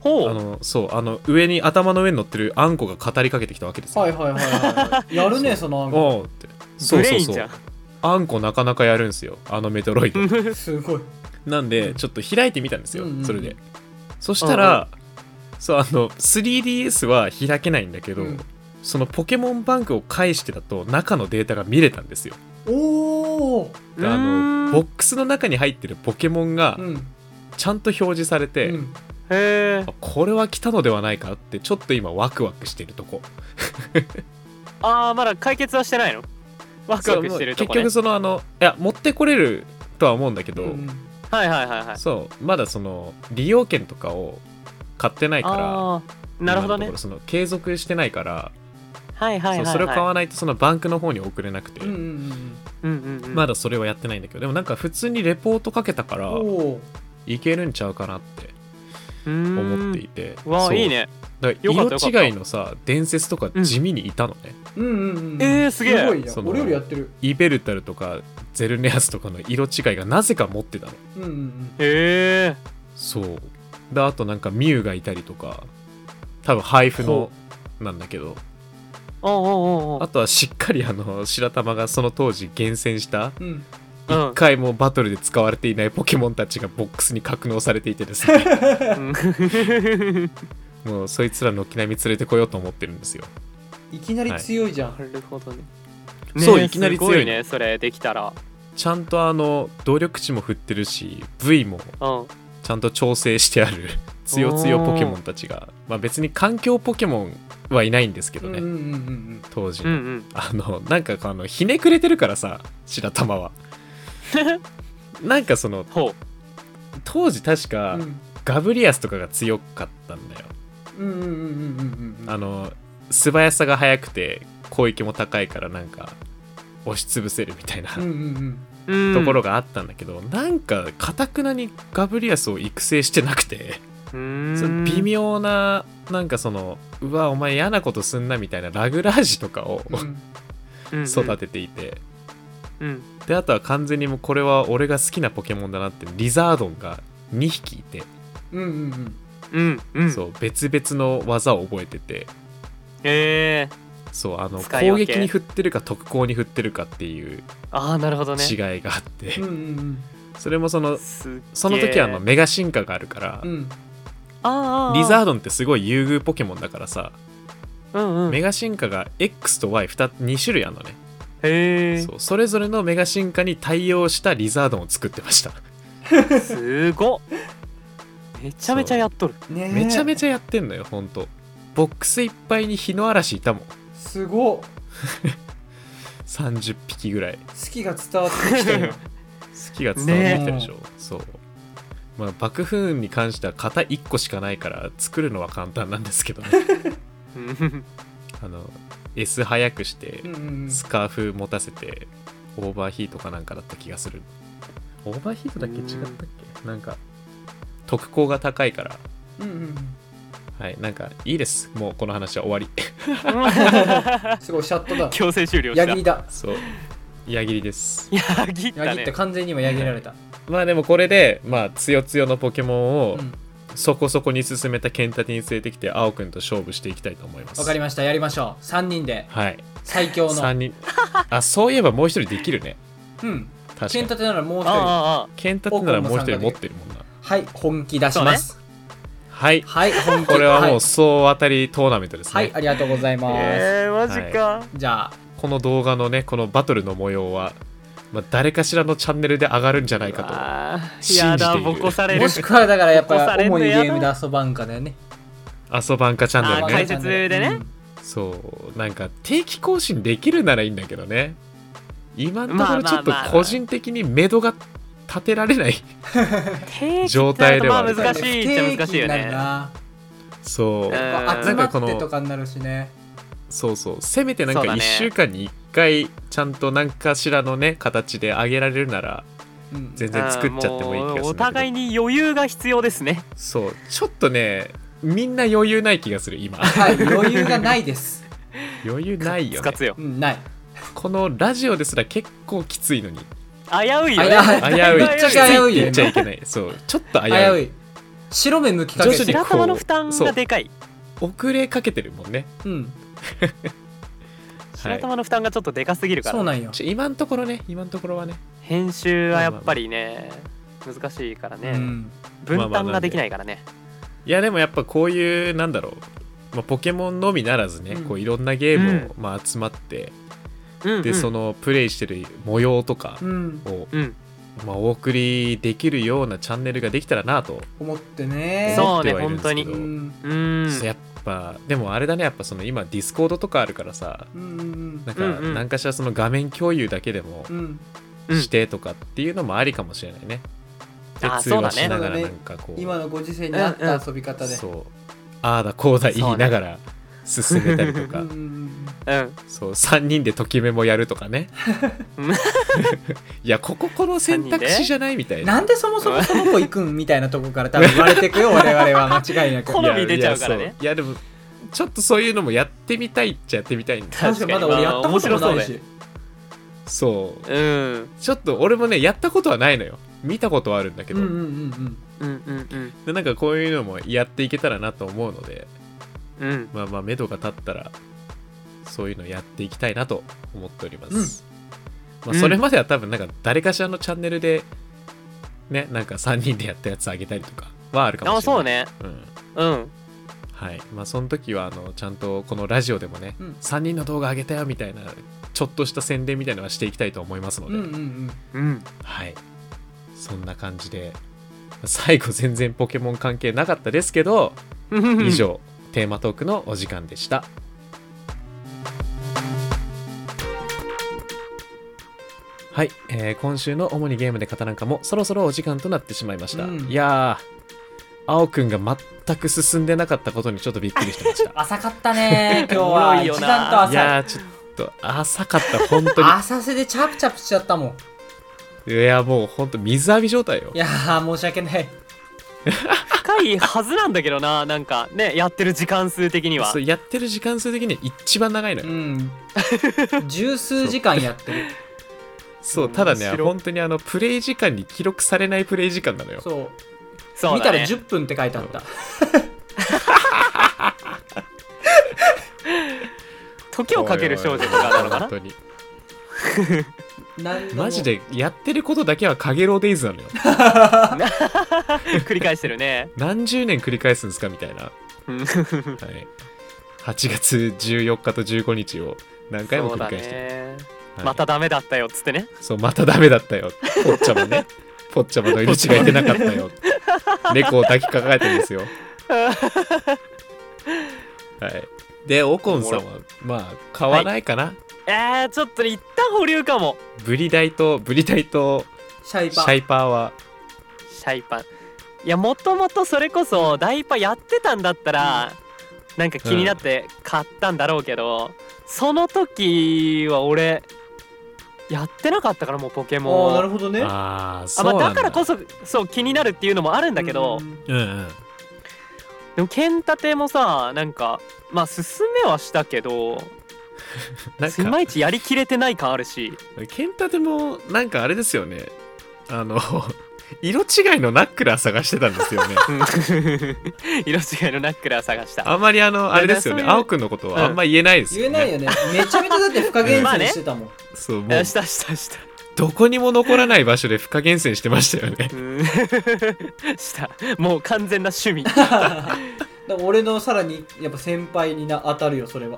Speaker 2: ほ
Speaker 1: あ
Speaker 2: う
Speaker 1: のそうあの上に頭の上に乗ってるあんこが語りかけてきたわけですよ
Speaker 3: はいはいはいはいやるねその案
Speaker 1: おうってそ
Speaker 2: ブ
Speaker 1: うそ
Speaker 2: レ
Speaker 1: う
Speaker 2: イン
Speaker 1: そ
Speaker 2: じゃ
Speaker 1: うんあんこなかなかやるんですよあのメトロイド
Speaker 3: すごい
Speaker 1: なんでちょっと開いてみたんですよ、
Speaker 3: うんうんうん
Speaker 1: それでそしたら、そうあの 3DS は開けないんだけど、
Speaker 3: うん
Speaker 1: そのポケモンバンクを介してだと中のデータが見れたんですよ
Speaker 3: おお
Speaker 1: であのボッ
Speaker 2: 僕
Speaker 1: クスの中に入ってるポケモンが
Speaker 3: うん
Speaker 1: ちゃんと表示されて、
Speaker 3: うん
Speaker 2: へえ
Speaker 1: あこれは来たのではないかってちょっと今ワクワクしてるとこ
Speaker 2: ああまだ解決はしてないのワクワクしてる
Speaker 1: そうもう結
Speaker 2: とこね
Speaker 1: 局そのあのいや持ってこれるとは思うんだけ
Speaker 3: う
Speaker 1: ど、
Speaker 3: ん
Speaker 2: はいはいはいはい
Speaker 1: そうまだその利用券とかを買ってないから
Speaker 2: ああなるほど
Speaker 1: 今のとこ
Speaker 2: ね
Speaker 1: ろその継続してないから
Speaker 2: はいはいはいはい
Speaker 1: そうそれを買わないとそのバンクの方に送れなくて、
Speaker 3: うん
Speaker 2: う
Speaker 3: うん
Speaker 2: んうんうん
Speaker 1: まだそれはやってないんだけどでもなんか普通にレポートかけたか
Speaker 3: うん
Speaker 1: ら
Speaker 3: おお
Speaker 1: いけるんちゃうかなって
Speaker 2: 思
Speaker 1: 思っていて
Speaker 2: わ
Speaker 1: そ
Speaker 2: あ
Speaker 1: う
Speaker 2: いいね
Speaker 1: だから
Speaker 2: よかったよかった
Speaker 1: 色違いのさ伝説とか地味にいたのね、
Speaker 3: うんうんうん
Speaker 2: えーすげえ
Speaker 3: すごいや
Speaker 1: その
Speaker 3: 俺よりやってる
Speaker 1: イベルタルとかゼルネアスとかの色違いがなぜか持ってたの
Speaker 3: うんうんうん
Speaker 2: へえ
Speaker 1: そうであとなんかミュウがいたりとか多分配布の
Speaker 3: ほ
Speaker 1: なんだけど
Speaker 2: おうおうおうお
Speaker 1: あとはしっかりあの白玉がその当時厳選した
Speaker 3: うん
Speaker 2: うん
Speaker 1: 一回もバトルで使われていないポケモンたちがボックスに格納されていてです ね
Speaker 2: うん
Speaker 1: もうそいつら軒並み連れてこようと思ってるんですよ
Speaker 3: いきなり強いじゃん
Speaker 2: なるほどね。
Speaker 1: そう
Speaker 2: ね
Speaker 1: いきなり強いの
Speaker 2: すごいね、それできたら。
Speaker 1: ちゃんとあの動力値も振ってるし V も
Speaker 2: うん。
Speaker 1: ちゃんと調整してあ る強強ポケモンたちがまあ別に環境ポケモンはいないんですけ
Speaker 3: う
Speaker 1: ど
Speaker 3: ん
Speaker 1: ね、
Speaker 3: うんうんうん
Speaker 1: 当時、
Speaker 2: うんうん。
Speaker 1: あのなんかあのひねくれてるからさ白玉はなんかその
Speaker 2: ほう。
Speaker 1: 当時確
Speaker 3: う
Speaker 1: か
Speaker 3: んうん
Speaker 1: ガブリアスとかが強かったんだよ
Speaker 3: うんうんうんうんうん
Speaker 1: あの素早さが速くて攻撃も高いからなんか押しつぶせるみたいな
Speaker 3: うんうんうん
Speaker 2: うん
Speaker 1: ところ。があったんだけど、なんかかたくなにガブリアスを育成してなくて、
Speaker 2: うーん
Speaker 1: その微。妙ななんかそのうわお前嫌なことすんなみたいなラグラージュとかを
Speaker 3: うん
Speaker 1: 育てていて、
Speaker 2: うんうん。
Speaker 1: であとは完全にもうこれは俺が好きなポケモンだなってリザードンが2匹いて、
Speaker 3: うんうんうん
Speaker 2: うんうん。
Speaker 1: そう別々の技を覚えてて。
Speaker 2: へえ。
Speaker 1: そうあの
Speaker 2: 使い
Speaker 1: 攻
Speaker 2: 分け
Speaker 1: 撃に振ってるか特攻に振ってるかっていう
Speaker 2: ああ、なるほどね。
Speaker 1: 違いがあって、
Speaker 3: うんうん
Speaker 1: それもその
Speaker 2: すっげえ
Speaker 1: その時はあの。メガ進化があるから、
Speaker 3: うんうん
Speaker 2: ああ。
Speaker 1: リザー
Speaker 2: ー
Speaker 1: ドンってすごい優遇ポケモンだからさ、
Speaker 2: ド。うんうん。
Speaker 1: メ
Speaker 2: へ
Speaker 1: ガ進化が X と Y2 2種類あるのね、
Speaker 2: え。
Speaker 1: そうそれぞれのメガ進化に対応したリザードンを作ってました、
Speaker 2: すごっ。めちゃめちゃやっとる。
Speaker 3: ねえ
Speaker 1: めちゃめちゃやってんのよほんとボックスいっぱいに日の嵐いたもん
Speaker 3: すごっ
Speaker 1: 30匹ぐらい
Speaker 3: 好きが伝わってきてるよ
Speaker 1: 好きが伝わってきたでしょ、そうまあ爆風雲に関しては型1個しかないから作るのは簡単なんですけどね
Speaker 2: うん
Speaker 1: あの S 早くして
Speaker 3: うんうんうん
Speaker 1: スカーフ持たせてオーバーヒートかなんかだった気がするオーバーヒートだっけ
Speaker 2: う
Speaker 1: 違
Speaker 2: ん
Speaker 1: ったっけなんか特攻が高いから
Speaker 3: うんうん
Speaker 1: はいなんかいいですもうこの話は終わり
Speaker 3: うんすごいシャットだ
Speaker 2: 強制終了した。
Speaker 3: ヤギだ
Speaker 1: そう矢切りです
Speaker 2: ヤギだね。
Speaker 3: ヤギって完全に今ヤギられた
Speaker 1: まあでもこれでまあつよつよのポケモン
Speaker 3: う
Speaker 1: を
Speaker 3: ん
Speaker 1: そこそこに進めたケンタティに連れてきて青くんと勝負していきたいと思います
Speaker 3: わかり
Speaker 1: ま
Speaker 3: ましたやりましょう3人です
Speaker 1: はい
Speaker 3: 最強の
Speaker 1: 3人あそういえばもう一人できるね
Speaker 3: うん
Speaker 1: 確か
Speaker 3: 剣
Speaker 1: に
Speaker 3: 立てならもう一
Speaker 2: ああ
Speaker 3: 人
Speaker 2: ああ。
Speaker 1: ケンタってならもう一人持ってるもんな
Speaker 3: はい本気出します、
Speaker 1: はい
Speaker 3: はい本気
Speaker 1: これはもう
Speaker 3: い
Speaker 1: 総当たりトーナメントですね、
Speaker 3: はい、ありがとうございます、
Speaker 2: ええ、マジか。
Speaker 3: じゃあ
Speaker 1: この動画のねこのバトルの模様は、まあ、誰かしらのチャンネルで上がるんじゃないか
Speaker 2: あ
Speaker 1: 信じている
Speaker 2: やだ、ボコされる
Speaker 3: も。しくはだからやっ
Speaker 2: 起こさ
Speaker 3: ぱ
Speaker 2: れん
Speaker 3: 主
Speaker 2: の
Speaker 3: にゲ
Speaker 2: やだ
Speaker 3: ームで遊ばんかだよね
Speaker 1: とアソバンカチャンネ
Speaker 2: あ
Speaker 1: ル
Speaker 2: ー
Speaker 1: ね
Speaker 2: 解説でね
Speaker 1: そうなんか定期更新できるならいいんだけどね今のとこ
Speaker 2: まあ
Speaker 1: ろ
Speaker 2: ま
Speaker 1: ちょ
Speaker 2: あ
Speaker 1: っと
Speaker 2: まあ
Speaker 1: 個人的に目処が立てられない
Speaker 2: 定期
Speaker 1: 状態ではあ
Speaker 2: まあ
Speaker 1: る
Speaker 2: 難しいっちゃ難しいよ
Speaker 3: 不定期になる
Speaker 2: ね
Speaker 3: な
Speaker 1: そう
Speaker 2: うん
Speaker 3: やっぱ集
Speaker 1: なんか
Speaker 3: ま
Speaker 1: こ
Speaker 3: っ
Speaker 1: の
Speaker 3: てとかになるしね
Speaker 1: そうそうせめてなんか
Speaker 2: そうだ
Speaker 1: 1
Speaker 2: ね
Speaker 1: 週間に1回ちゃんと何かしらのね形で上げられるなら
Speaker 3: うん
Speaker 1: 全然作っちゃってもいい気がするんだけ
Speaker 2: うん
Speaker 1: ど
Speaker 2: お互いに余裕が必要ですね
Speaker 1: そうちょっとねみんな余裕ない気がする 今
Speaker 3: はい余裕がないです
Speaker 1: 余裕ないよ、
Speaker 2: つか
Speaker 1: ね、
Speaker 2: つよ
Speaker 3: うんない
Speaker 1: このラジオですら結構きついの に
Speaker 2: 危ういよ
Speaker 3: 危う
Speaker 2: ね
Speaker 3: い
Speaker 1: 危うい
Speaker 2: めっちゃ
Speaker 1: きつ
Speaker 3: 危
Speaker 1: っ
Speaker 3: うい
Speaker 1: て
Speaker 3: よ
Speaker 1: 言っちゃいけないそうちょっと危
Speaker 3: 危
Speaker 1: ういう
Speaker 3: い白目向きかけ
Speaker 1: 徐々
Speaker 3: て
Speaker 1: に
Speaker 2: 白玉の負担がでかい
Speaker 1: 遅れかけてるもんね
Speaker 3: うん
Speaker 2: 白玉の負担がちょっとでかすぎるから
Speaker 3: そうなんよ
Speaker 1: ちょ今のところね今のところはね
Speaker 2: 編集はやっぱりね難しいからね、
Speaker 3: うん
Speaker 2: 分担ができないからね、
Speaker 1: いやでもやっぱこういうなんだろう、まあ、ポケモンのみならずね、
Speaker 3: うん
Speaker 1: こういろんなゲームを、まあ、集まって、
Speaker 2: うんうん
Speaker 1: でそのプレイしてる模様とか
Speaker 3: うん
Speaker 1: を、
Speaker 2: うん
Speaker 1: まあ、お送りできるようなチャンネルができたらなと
Speaker 3: 思ってね
Speaker 2: そう
Speaker 1: 思ってはいるんですけ
Speaker 2: う
Speaker 1: ど
Speaker 2: ね
Speaker 3: うん
Speaker 2: うん
Speaker 1: そうやっぱでもあれだねやっぱその今ディスコードとかあるからさ
Speaker 3: うんうん
Speaker 1: なんか
Speaker 2: うんうん
Speaker 1: 何かしらその画面共有だけでも
Speaker 3: うん
Speaker 2: うん
Speaker 1: してとかっていうのもありかもしれないね。で
Speaker 2: あ
Speaker 1: 通
Speaker 2: そうだ
Speaker 1: 話
Speaker 2: ね
Speaker 1: しながらなんかこう
Speaker 3: 今のご時世に合った遊び方で
Speaker 1: そうああだこうだ言いながら進めたりと
Speaker 3: う
Speaker 1: か
Speaker 3: んうんうん
Speaker 2: うん
Speaker 1: そう3人でときめもやるとか ね
Speaker 2: うん
Speaker 1: いやこここの選択肢じゃないみたいな
Speaker 3: なんでそもそもその子行くんみたいなとこから多分言われてくよ我々 は間違いなく
Speaker 2: 好
Speaker 1: いや
Speaker 2: み出ちゃうからね
Speaker 1: いやそういやでもちょっとそういうのもやってみたいっちゃやってみたいんだ
Speaker 3: 確かにまだ俺やったこともないし
Speaker 1: そう
Speaker 2: うん
Speaker 1: ちょっと俺もねやったことはないのよ見たことはあるんだけ
Speaker 3: うん
Speaker 1: ど、
Speaker 3: うんうん
Speaker 2: うんうん
Speaker 1: でなんかこういうのもやっていけたらなと思うので
Speaker 2: うんうん
Speaker 1: まあまあ目処が立ったらそういうのやっていきたいなと思っております、
Speaker 2: う
Speaker 1: まあ、
Speaker 2: ん
Speaker 1: それまでは多分なんか誰かしらのチャンネルでねなんか3人でやったやつあげたりとかはあるかも
Speaker 2: あ
Speaker 1: しれない
Speaker 2: そうね
Speaker 1: うん
Speaker 2: うん
Speaker 1: はいまあその時はあのちゃんとこのラジオでもね、
Speaker 3: うん
Speaker 1: 3人の動画あげたよみたいなちょっとした宣伝みたいなのはしていきたいと思いますの
Speaker 3: うん
Speaker 1: で、
Speaker 3: うんうん
Speaker 2: うん
Speaker 1: はいそんな感じで最後全然ポケモン関係なかったですけど以上テーマトークのお時間でしたはい、えー今週の主にゲームで語らんかもそろそろお時間となってしまいました、
Speaker 3: うん
Speaker 1: いやー青くんが全く進んでなかったことにちょっとびっくりしてま した
Speaker 3: 浅かったね今日
Speaker 2: おも
Speaker 3: は
Speaker 2: ろいよ
Speaker 3: 一
Speaker 2: な
Speaker 3: 段
Speaker 1: い
Speaker 3: と浅い
Speaker 1: やーちょっと浅かった本当
Speaker 3: 浅瀬でチャプチャプしちゃったもん
Speaker 1: にいやもう本当水浴び状態よ
Speaker 3: いやー申し訳ない
Speaker 2: 深いはずなんだけどななんかねやってる時間数的には
Speaker 1: そうやってる時間数的には一番長いのよ、
Speaker 3: うん十数時間やってる
Speaker 1: そうただね
Speaker 2: 面白い
Speaker 1: 本当にあのプレイ時間に記録されないプレイ時間なのよ
Speaker 3: そう
Speaker 2: そう
Speaker 3: 見た
Speaker 2: だ
Speaker 3: ら
Speaker 2: ね
Speaker 3: 10分って書いてあった
Speaker 2: 時をかける少女とかなのか
Speaker 1: 本
Speaker 2: な
Speaker 1: 当に
Speaker 3: 何度も
Speaker 1: マジでやってることだけはかげろうデイズなのよ
Speaker 2: 繰り返してるね
Speaker 1: 何十年繰り返すんですかみたいな、は
Speaker 2: うん
Speaker 1: い、8月14日と15日を何回も
Speaker 2: そう
Speaker 1: 繰
Speaker 2: だ
Speaker 1: り返してる
Speaker 2: ね
Speaker 1: はい
Speaker 2: またダメだったよっつってね
Speaker 1: そうまたダメだったよポッチャマねポッチャマの命がいてなかったよ猫を抱きかかえてるんですよはいでオコンさんはまあ買わないかな、
Speaker 2: えー、ちょっとね一旦保留かも
Speaker 1: ブリダイとブリダイと
Speaker 3: シャイ
Speaker 1: シ
Speaker 3: パ
Speaker 1: ャイパーは
Speaker 2: シャイパンいやもともとそれこそダイパやってたんだったら、なんか気になって買ったんだろうけど、その時は俺やってなかったからもうポケモ
Speaker 3: ああ
Speaker 2: ン
Speaker 3: な
Speaker 2: を
Speaker 3: るほどね
Speaker 1: ああそ
Speaker 2: あ
Speaker 1: うな
Speaker 2: ま
Speaker 1: ん
Speaker 2: あ、
Speaker 1: だ,、
Speaker 2: だからこそそう気になるっていうのもあるんだけど、
Speaker 3: うん
Speaker 1: うんうん
Speaker 2: でも剣立てもさなんかまあ進めはしたけど
Speaker 1: なん
Speaker 2: い
Speaker 1: か
Speaker 2: まいちやりきれてない感あるし
Speaker 1: ケンタでもなんかあれですよねあの 色違いのナックラー探してたんです よね
Speaker 2: うん色違いのナックラー探した
Speaker 1: あんまりあのあれですよね
Speaker 2: いやそういう
Speaker 1: 青くんのことはあんま言えないです
Speaker 3: 言
Speaker 1: よね、
Speaker 3: えないよねめちゃめちゃだって不可減
Speaker 2: まあ
Speaker 3: 数
Speaker 2: ね
Speaker 3: してたもん
Speaker 1: そうもう
Speaker 2: あしたしたした
Speaker 1: どこにも残らない場所で不可厳選してましたよね
Speaker 2: うん したもう完全な 趣味
Speaker 3: だから俺のさらにやっぱ先輩にな当たるよそれは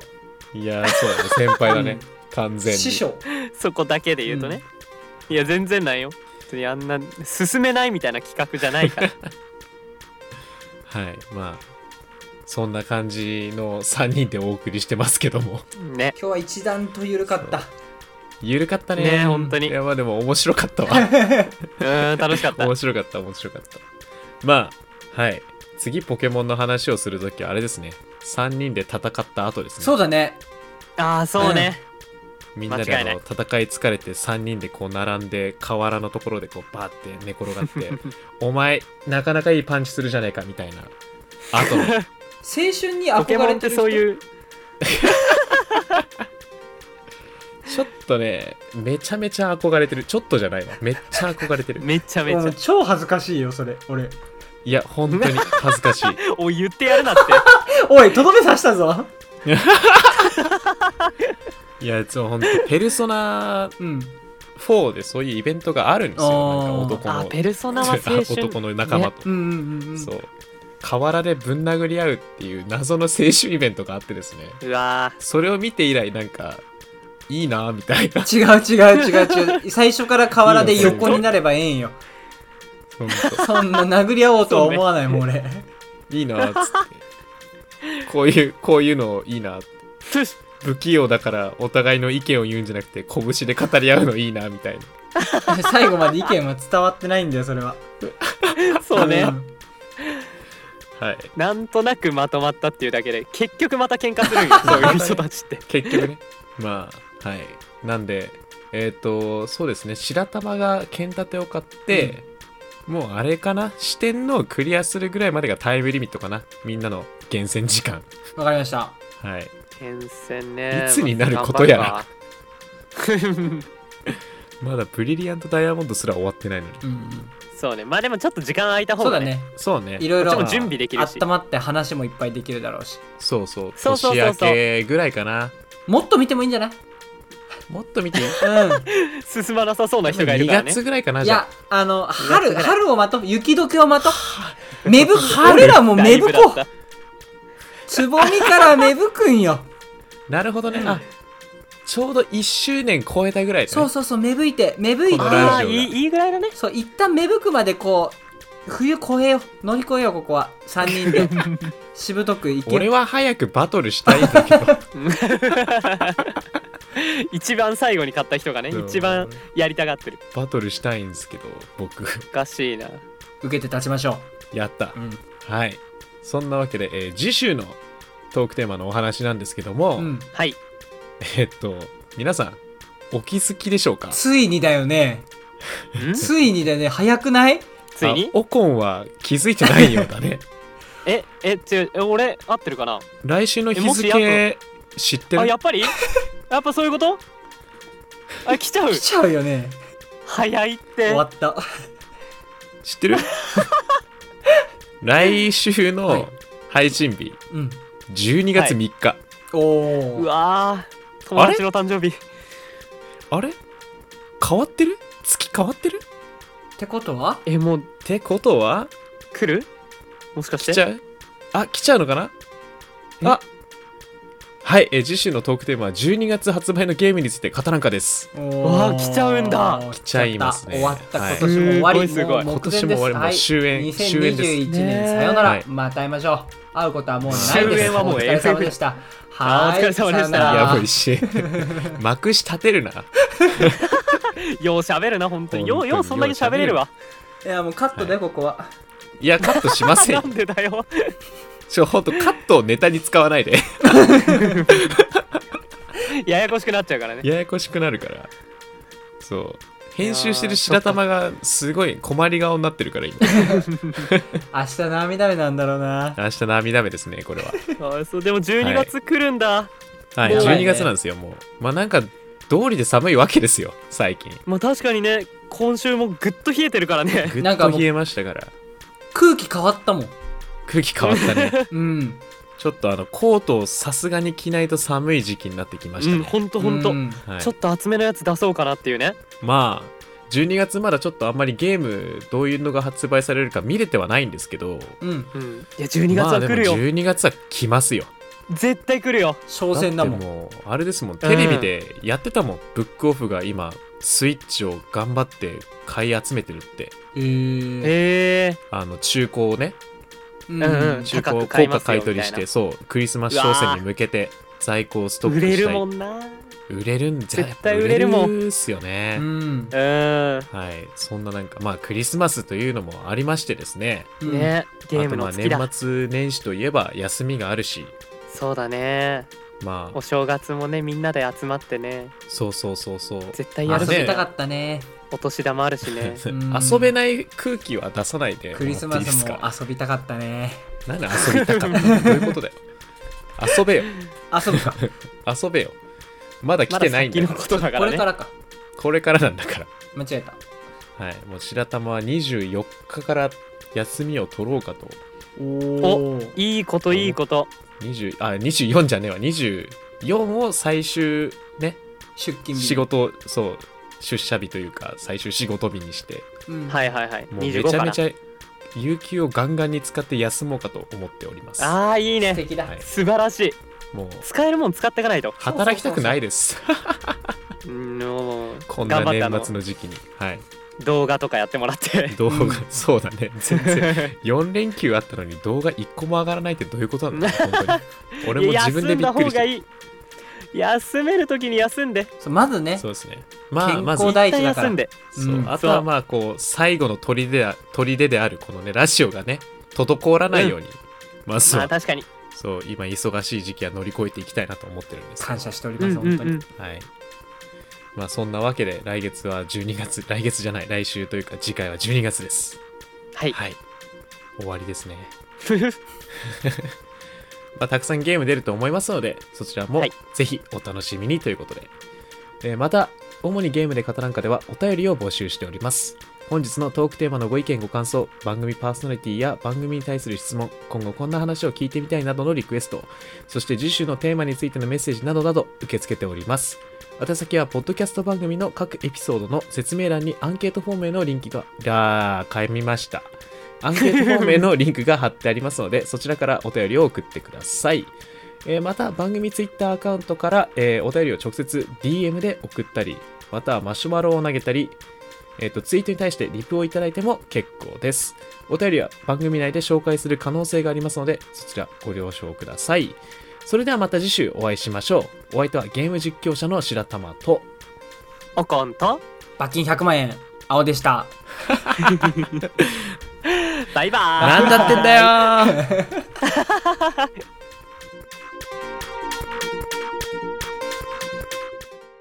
Speaker 3: い
Speaker 1: やーそうだね先輩だね完全に
Speaker 3: 師匠
Speaker 2: そこだけで言うとね、いや全然ないよ別にあんな進めないみたいな企画じゃないから
Speaker 1: はいまあそんな感じの3人でお送りしてますけども
Speaker 2: ね
Speaker 3: 今日は一段と緩かった
Speaker 1: ゆるかったね
Speaker 2: ね本当に
Speaker 1: いやまあでも面白かったわ
Speaker 2: うーん楽しかった
Speaker 1: 面白かった面白かったまあはい次ポケモンの話をするときはあれですね3人で戦った後ですね
Speaker 3: そうだね
Speaker 2: ああそうね、
Speaker 1: みんなであ
Speaker 2: 間違い
Speaker 1: の
Speaker 2: な
Speaker 1: 戦い疲れて3人でこう並んで河原のところでこうバーって寝転がって お前なかなかいいパンチするじゃねえかみたいなあ と
Speaker 3: 青春に
Speaker 2: ポケ
Speaker 3: 憧
Speaker 2: モンっ
Speaker 3: れ
Speaker 2: てて
Speaker 3: る
Speaker 2: そう
Speaker 3: 人
Speaker 2: いう
Speaker 1: ちょっとねめちゃめちゃ憧れてるちょっとじゃないわめっちゃ憧れてる
Speaker 2: めちゃめ
Speaker 3: う
Speaker 2: ち
Speaker 3: ん超恥ずかしいよそれ俺
Speaker 1: いや本当に恥ずかしい
Speaker 2: ゃおい言ってやるなって
Speaker 3: おいとどめ刺したぞ
Speaker 1: いやそう本当ペルソナ
Speaker 3: うん
Speaker 1: 4でそういうイベントがあるんですよなんか男
Speaker 2: あ
Speaker 1: の
Speaker 2: ーペルソナは青春
Speaker 1: 男の仲間
Speaker 2: ね
Speaker 1: と、
Speaker 3: うんうんうんうん
Speaker 1: そう河原でぶん殴り合うっていう謎の青春イベントがあってですね
Speaker 2: うわ
Speaker 1: それを見て以来なんかいいなみたいな
Speaker 3: 違う違う違う違う最初から河原で横になればええんよ
Speaker 1: 本
Speaker 3: そんな殴り合おうとは思わないもん俺
Speaker 1: 当いいなっつってこういうこういうのいいな
Speaker 2: ー トゥシ
Speaker 1: 不器用だからお互いの意見を言うんじゃなくて拳で語り合うのいいなみたいな
Speaker 3: 最後まで意見は伝わってないんだよそれは
Speaker 2: そうね
Speaker 3: ん
Speaker 1: はい
Speaker 2: なんとなくまとまったっていうだけで結局また喧嘩す るんよそういう人たちって
Speaker 1: 結局ね まあはいなんでえっ、とそうですね白玉が剣立てを買って、もうあれかな四天王をクリアするぐらいまでがタイムリミットかなみんなの厳選時間
Speaker 3: わかりました
Speaker 1: はい
Speaker 2: 変遷ね
Speaker 1: いつになることやら
Speaker 2: まあ頑張るわ
Speaker 1: まだブリリアントダイヤモンドすら終わってないのに
Speaker 3: うんうん
Speaker 2: そうねまあでもちょっと時間空いた
Speaker 3: そ
Speaker 2: 方
Speaker 3: うだ
Speaker 2: が
Speaker 3: ね
Speaker 1: そうね
Speaker 3: いろい
Speaker 2: こっ
Speaker 3: ろ
Speaker 2: ちも準備できるし
Speaker 3: 温まって話もいっぱいできるだろうし
Speaker 1: そうそう
Speaker 2: そうそうそうそう
Speaker 1: 年明けぐらいかな
Speaker 3: もっと見てもいいんじゃない
Speaker 1: もっと見ていい
Speaker 2: 進まなさそうな人がいる
Speaker 1: 2
Speaker 2: からね
Speaker 1: 月ぐらいか
Speaker 3: う
Speaker 1: なん
Speaker 3: い
Speaker 1: じゃ
Speaker 3: や
Speaker 1: あ
Speaker 3: あの春春をまと雪解けをまと芽吹く俺らも
Speaker 2: だ
Speaker 3: 芽
Speaker 2: いぶ
Speaker 3: 吹
Speaker 2: だっ
Speaker 3: こ
Speaker 2: た
Speaker 3: うつぼみから芽吹くんよ
Speaker 1: なるほどねあちょうど1周年超えたぐらいだね
Speaker 3: そうそうそう芽吹いて芽吹いて
Speaker 1: このラジオ
Speaker 2: ああーいいいいぐらいだね
Speaker 3: そう一旦芽吹くまでこう冬越えよう乗り越えようここは 3人でしぶとく行け
Speaker 1: 俺は早くバトルしたいんだけど
Speaker 2: 一番最後に買った人がね
Speaker 1: そう
Speaker 2: 一番やりたがってる
Speaker 1: バトルしたいんですけど僕
Speaker 2: おかしいな
Speaker 3: 受けて立ちましょ
Speaker 1: やった
Speaker 3: う、うん
Speaker 1: はい。そんなわけで、えー次週のトークテーマのお話なんですけども、
Speaker 3: うん、
Speaker 2: はい
Speaker 1: えっと、皆さん、お気づきでしょうか
Speaker 3: ついにだよねついにだよね早くない
Speaker 2: ついに
Speaker 1: あオコンは気づいてないようだ ね。
Speaker 2: ええ違うえ俺合ってるかな
Speaker 1: 来週の日
Speaker 2: え
Speaker 1: 付知って
Speaker 2: あ
Speaker 1: る
Speaker 2: やっぱりやっぱそういうことあ来ちゃう
Speaker 3: 来ちゃうよね
Speaker 2: 早いっ
Speaker 3: 終
Speaker 2: て
Speaker 3: わった
Speaker 1: 知って る来週
Speaker 3: は
Speaker 1: の
Speaker 3: い
Speaker 1: 配信日、
Speaker 3: うん
Speaker 1: 12月3日。
Speaker 3: おお
Speaker 2: うわー友達の誕生日
Speaker 1: あれ変わってる月変わってるっ
Speaker 3: ってことは
Speaker 2: えもう
Speaker 1: てことは、
Speaker 2: 来るもしかして
Speaker 1: 来ちゃうあ来ちゃうのかなあはい、えー次週のトークテーマは12月発売のゲームについて語らんかです
Speaker 3: わ
Speaker 2: わあ来ちゃうんだ
Speaker 1: 来ちゃいますね
Speaker 3: 終わった
Speaker 1: はい
Speaker 3: 今年も終わ
Speaker 2: すごい
Speaker 3: り、
Speaker 2: すごい
Speaker 3: もう
Speaker 1: 今
Speaker 3: 目前
Speaker 1: 年も
Speaker 3: です
Speaker 1: 終わりも
Speaker 3: は
Speaker 1: う
Speaker 3: い
Speaker 1: 終焉終焉です
Speaker 3: 2021年
Speaker 2: ね
Speaker 3: さよなら、
Speaker 1: はい
Speaker 3: また会いましょう会うことはもうないです
Speaker 2: 終焉はもう
Speaker 3: お疲れ様でした
Speaker 2: あーお疲れ様でした
Speaker 3: さよなら
Speaker 1: やばいし まくし立てるな
Speaker 2: よう喋るな本当によ
Speaker 1: 本当
Speaker 2: う
Speaker 1: に
Speaker 2: ようそんなに喋れるわ
Speaker 3: いやもうカットで、ここはい
Speaker 1: やカットしません
Speaker 2: な
Speaker 1: よ
Speaker 2: んでだよ
Speaker 1: ちょほんとカットをネタに使わないで
Speaker 2: ややこしくなっちゃうからね
Speaker 1: ややこしくなるからそう編集してる白玉がすごい困り顔になってるから今
Speaker 3: 明日涙目なんだろうな
Speaker 1: 明日涙目ですねこれは
Speaker 2: あそうでも12月来るん
Speaker 1: は
Speaker 2: だ、
Speaker 1: い
Speaker 2: もう
Speaker 1: 12月なんですよもうまあなんか道理で寒いわけですよ最近
Speaker 2: まあ確かにね今週もぐっと冷えてるからね
Speaker 1: ぐっ
Speaker 3: なんか
Speaker 1: と
Speaker 3: もう
Speaker 1: 冷えましたから
Speaker 3: 空気変わったもん
Speaker 1: 空気変わったね
Speaker 3: うん
Speaker 1: ちょっとあのコートをさすがに着ないと寒い時期になってきました
Speaker 2: うん
Speaker 1: ね、
Speaker 2: ほんとほんと、
Speaker 3: うん
Speaker 1: はい
Speaker 2: ちょっと厚めのやつ出そうかなっていうね
Speaker 1: まあ12月まだちょっとあんまりゲームどういうのが発売されるか見れてはないんですけど
Speaker 3: うん
Speaker 2: うんいや12月
Speaker 1: まあ
Speaker 2: は
Speaker 1: で
Speaker 2: 来
Speaker 1: も
Speaker 2: るよ、
Speaker 1: 12月は来ますよ
Speaker 2: 絶対来るよ
Speaker 3: 商戦だもん
Speaker 1: ってもうあれですもんテレビでやってたもん、ブックオフが今スイッチを頑張って買い集めてるって
Speaker 3: えー
Speaker 2: へえ
Speaker 1: あの中古をね
Speaker 3: うん
Speaker 2: うん
Speaker 1: 中古
Speaker 2: 高
Speaker 1: を
Speaker 2: く
Speaker 1: 高
Speaker 2: 買いま
Speaker 1: 価
Speaker 2: すよ
Speaker 1: 買い取りして
Speaker 2: みたいな
Speaker 1: そうクリスマス商戦に向けて在庫をストック
Speaker 2: 売
Speaker 1: したい
Speaker 2: れるもんな
Speaker 1: 売れるんじゃ
Speaker 2: 絶対売れるもん
Speaker 1: やっぱ売れるっすよね、
Speaker 3: うん
Speaker 2: うん
Speaker 1: はいそんななんかまあクリスマスというのもありましてですね
Speaker 3: うん
Speaker 2: ねゲーム
Speaker 1: あ
Speaker 2: の
Speaker 1: と
Speaker 2: 月だ
Speaker 1: まあ年末年始といえば休みがあるし
Speaker 2: そうだね
Speaker 1: ま
Speaker 2: お
Speaker 1: あ
Speaker 2: 正月もねみんなで集まってね
Speaker 1: そうそうそうそう
Speaker 2: 絶対や
Speaker 1: あ
Speaker 2: る
Speaker 1: れ
Speaker 2: ぞ
Speaker 3: 遊
Speaker 1: ね
Speaker 3: びたかったね
Speaker 2: お年玉ある しね
Speaker 3: うん
Speaker 1: 遊べない空気は出さないでもらって
Speaker 3: ク
Speaker 1: い
Speaker 3: リ
Speaker 1: い
Speaker 3: スマ
Speaker 1: です
Speaker 3: スも
Speaker 1: か
Speaker 3: 遊びたかったね
Speaker 1: 何で遊びたかった のどういうことだよ遊べよ
Speaker 3: 遊ぶか
Speaker 1: 遊べよまだ来
Speaker 2: ま
Speaker 1: て
Speaker 2: だ
Speaker 1: ないんだ
Speaker 2: 先の
Speaker 1: から
Speaker 2: ことだか
Speaker 3: こ
Speaker 2: ら
Speaker 3: れか
Speaker 2: ね
Speaker 3: らか
Speaker 1: これからなんだから
Speaker 3: 間違えた
Speaker 1: はい、もう白玉は24日から休みを取ろうかと
Speaker 3: お
Speaker 2: お
Speaker 3: ー
Speaker 2: いいこといいこと
Speaker 1: 20あ24じゃねえわ24を最終ね
Speaker 3: 出勤日
Speaker 1: 仕事そう出社日というか最終仕事日にして
Speaker 3: うん
Speaker 2: はいはいはい
Speaker 1: もうめち
Speaker 2: 25
Speaker 1: ゃ
Speaker 2: か
Speaker 1: め
Speaker 2: ら
Speaker 1: ちゃ有給をガンガンに使って休もうかと思っておりますは
Speaker 2: ああいい
Speaker 3: 素
Speaker 2: ね
Speaker 3: 敵だ
Speaker 1: い、
Speaker 2: 素晴らしい
Speaker 1: もう
Speaker 2: 使えるもん使っていかないと
Speaker 1: 働きたくないです
Speaker 2: うんもう
Speaker 1: こんな
Speaker 2: 頑張ってあ
Speaker 1: 年
Speaker 2: の
Speaker 1: 末の時期にはい
Speaker 2: 動画とかやってもらって
Speaker 1: 動画、
Speaker 3: うん
Speaker 1: そうだね全然4連休あったのに動画1個も上がらないってどういうことなんだろう本当に 俺も自分でびっくりして
Speaker 2: いや休んだ方がいい休めるときに休んで
Speaker 3: そうまずね
Speaker 1: そうですね。まあ、
Speaker 3: 健
Speaker 1: まず、
Speaker 3: 康第一だから
Speaker 2: 休んで
Speaker 1: そう
Speaker 3: うん
Speaker 1: あとはまあ、こう、最後の砦であ砦である、このね、ラジオがね、滞らないように、まず
Speaker 2: まあ
Speaker 1: は、
Speaker 2: 確かに
Speaker 1: そう、今、忙しい時期は乗り越えていきたいなと思ってるんですけど
Speaker 3: 感謝しており
Speaker 2: う
Speaker 3: ま
Speaker 2: ん
Speaker 3: す、
Speaker 2: うん
Speaker 3: 本当
Speaker 2: うん
Speaker 3: に
Speaker 1: はい。まあ、そんなわけで、来月は12月、来月じゃない、来週というか、次回は12月です。
Speaker 2: はい
Speaker 1: はい。終わりですね。まあ、たくさんゲーム出ると思いますのでそちらも
Speaker 2: はい
Speaker 1: ぜひお楽しみにということで、えーまた主にゲームで語らんかではお便りを募集しております本日のトークテーマのご意見ご感想番組パーソナリティや番組に対する質問今後こんな話を聞いてみたいなどのリクエストそして次週のテーマについてのメッセージなどなど受け付けております宛先はポッドキャスト番組の各エピソードの説明欄にアンケートフォームへのリンクがあーかみましたアンケートフォームへのリンクが貼ってありますのでそちらからお便りを送ってください、えーまた番組ツイッターアカウントから、えーお便りを直接 DM で送ったりまたはマシュマロを投げたり、えーとツイートに対してリプをいただいても結構ですお便りは番組内で紹介する可能性がありますのでそちらご了承くださいそれではまた次週お会いしましょうお相手はゲーム実況者の白玉と
Speaker 2: おこんと
Speaker 3: 罰金100万円青でした
Speaker 2: バイバーイ
Speaker 1: なんだってんだよー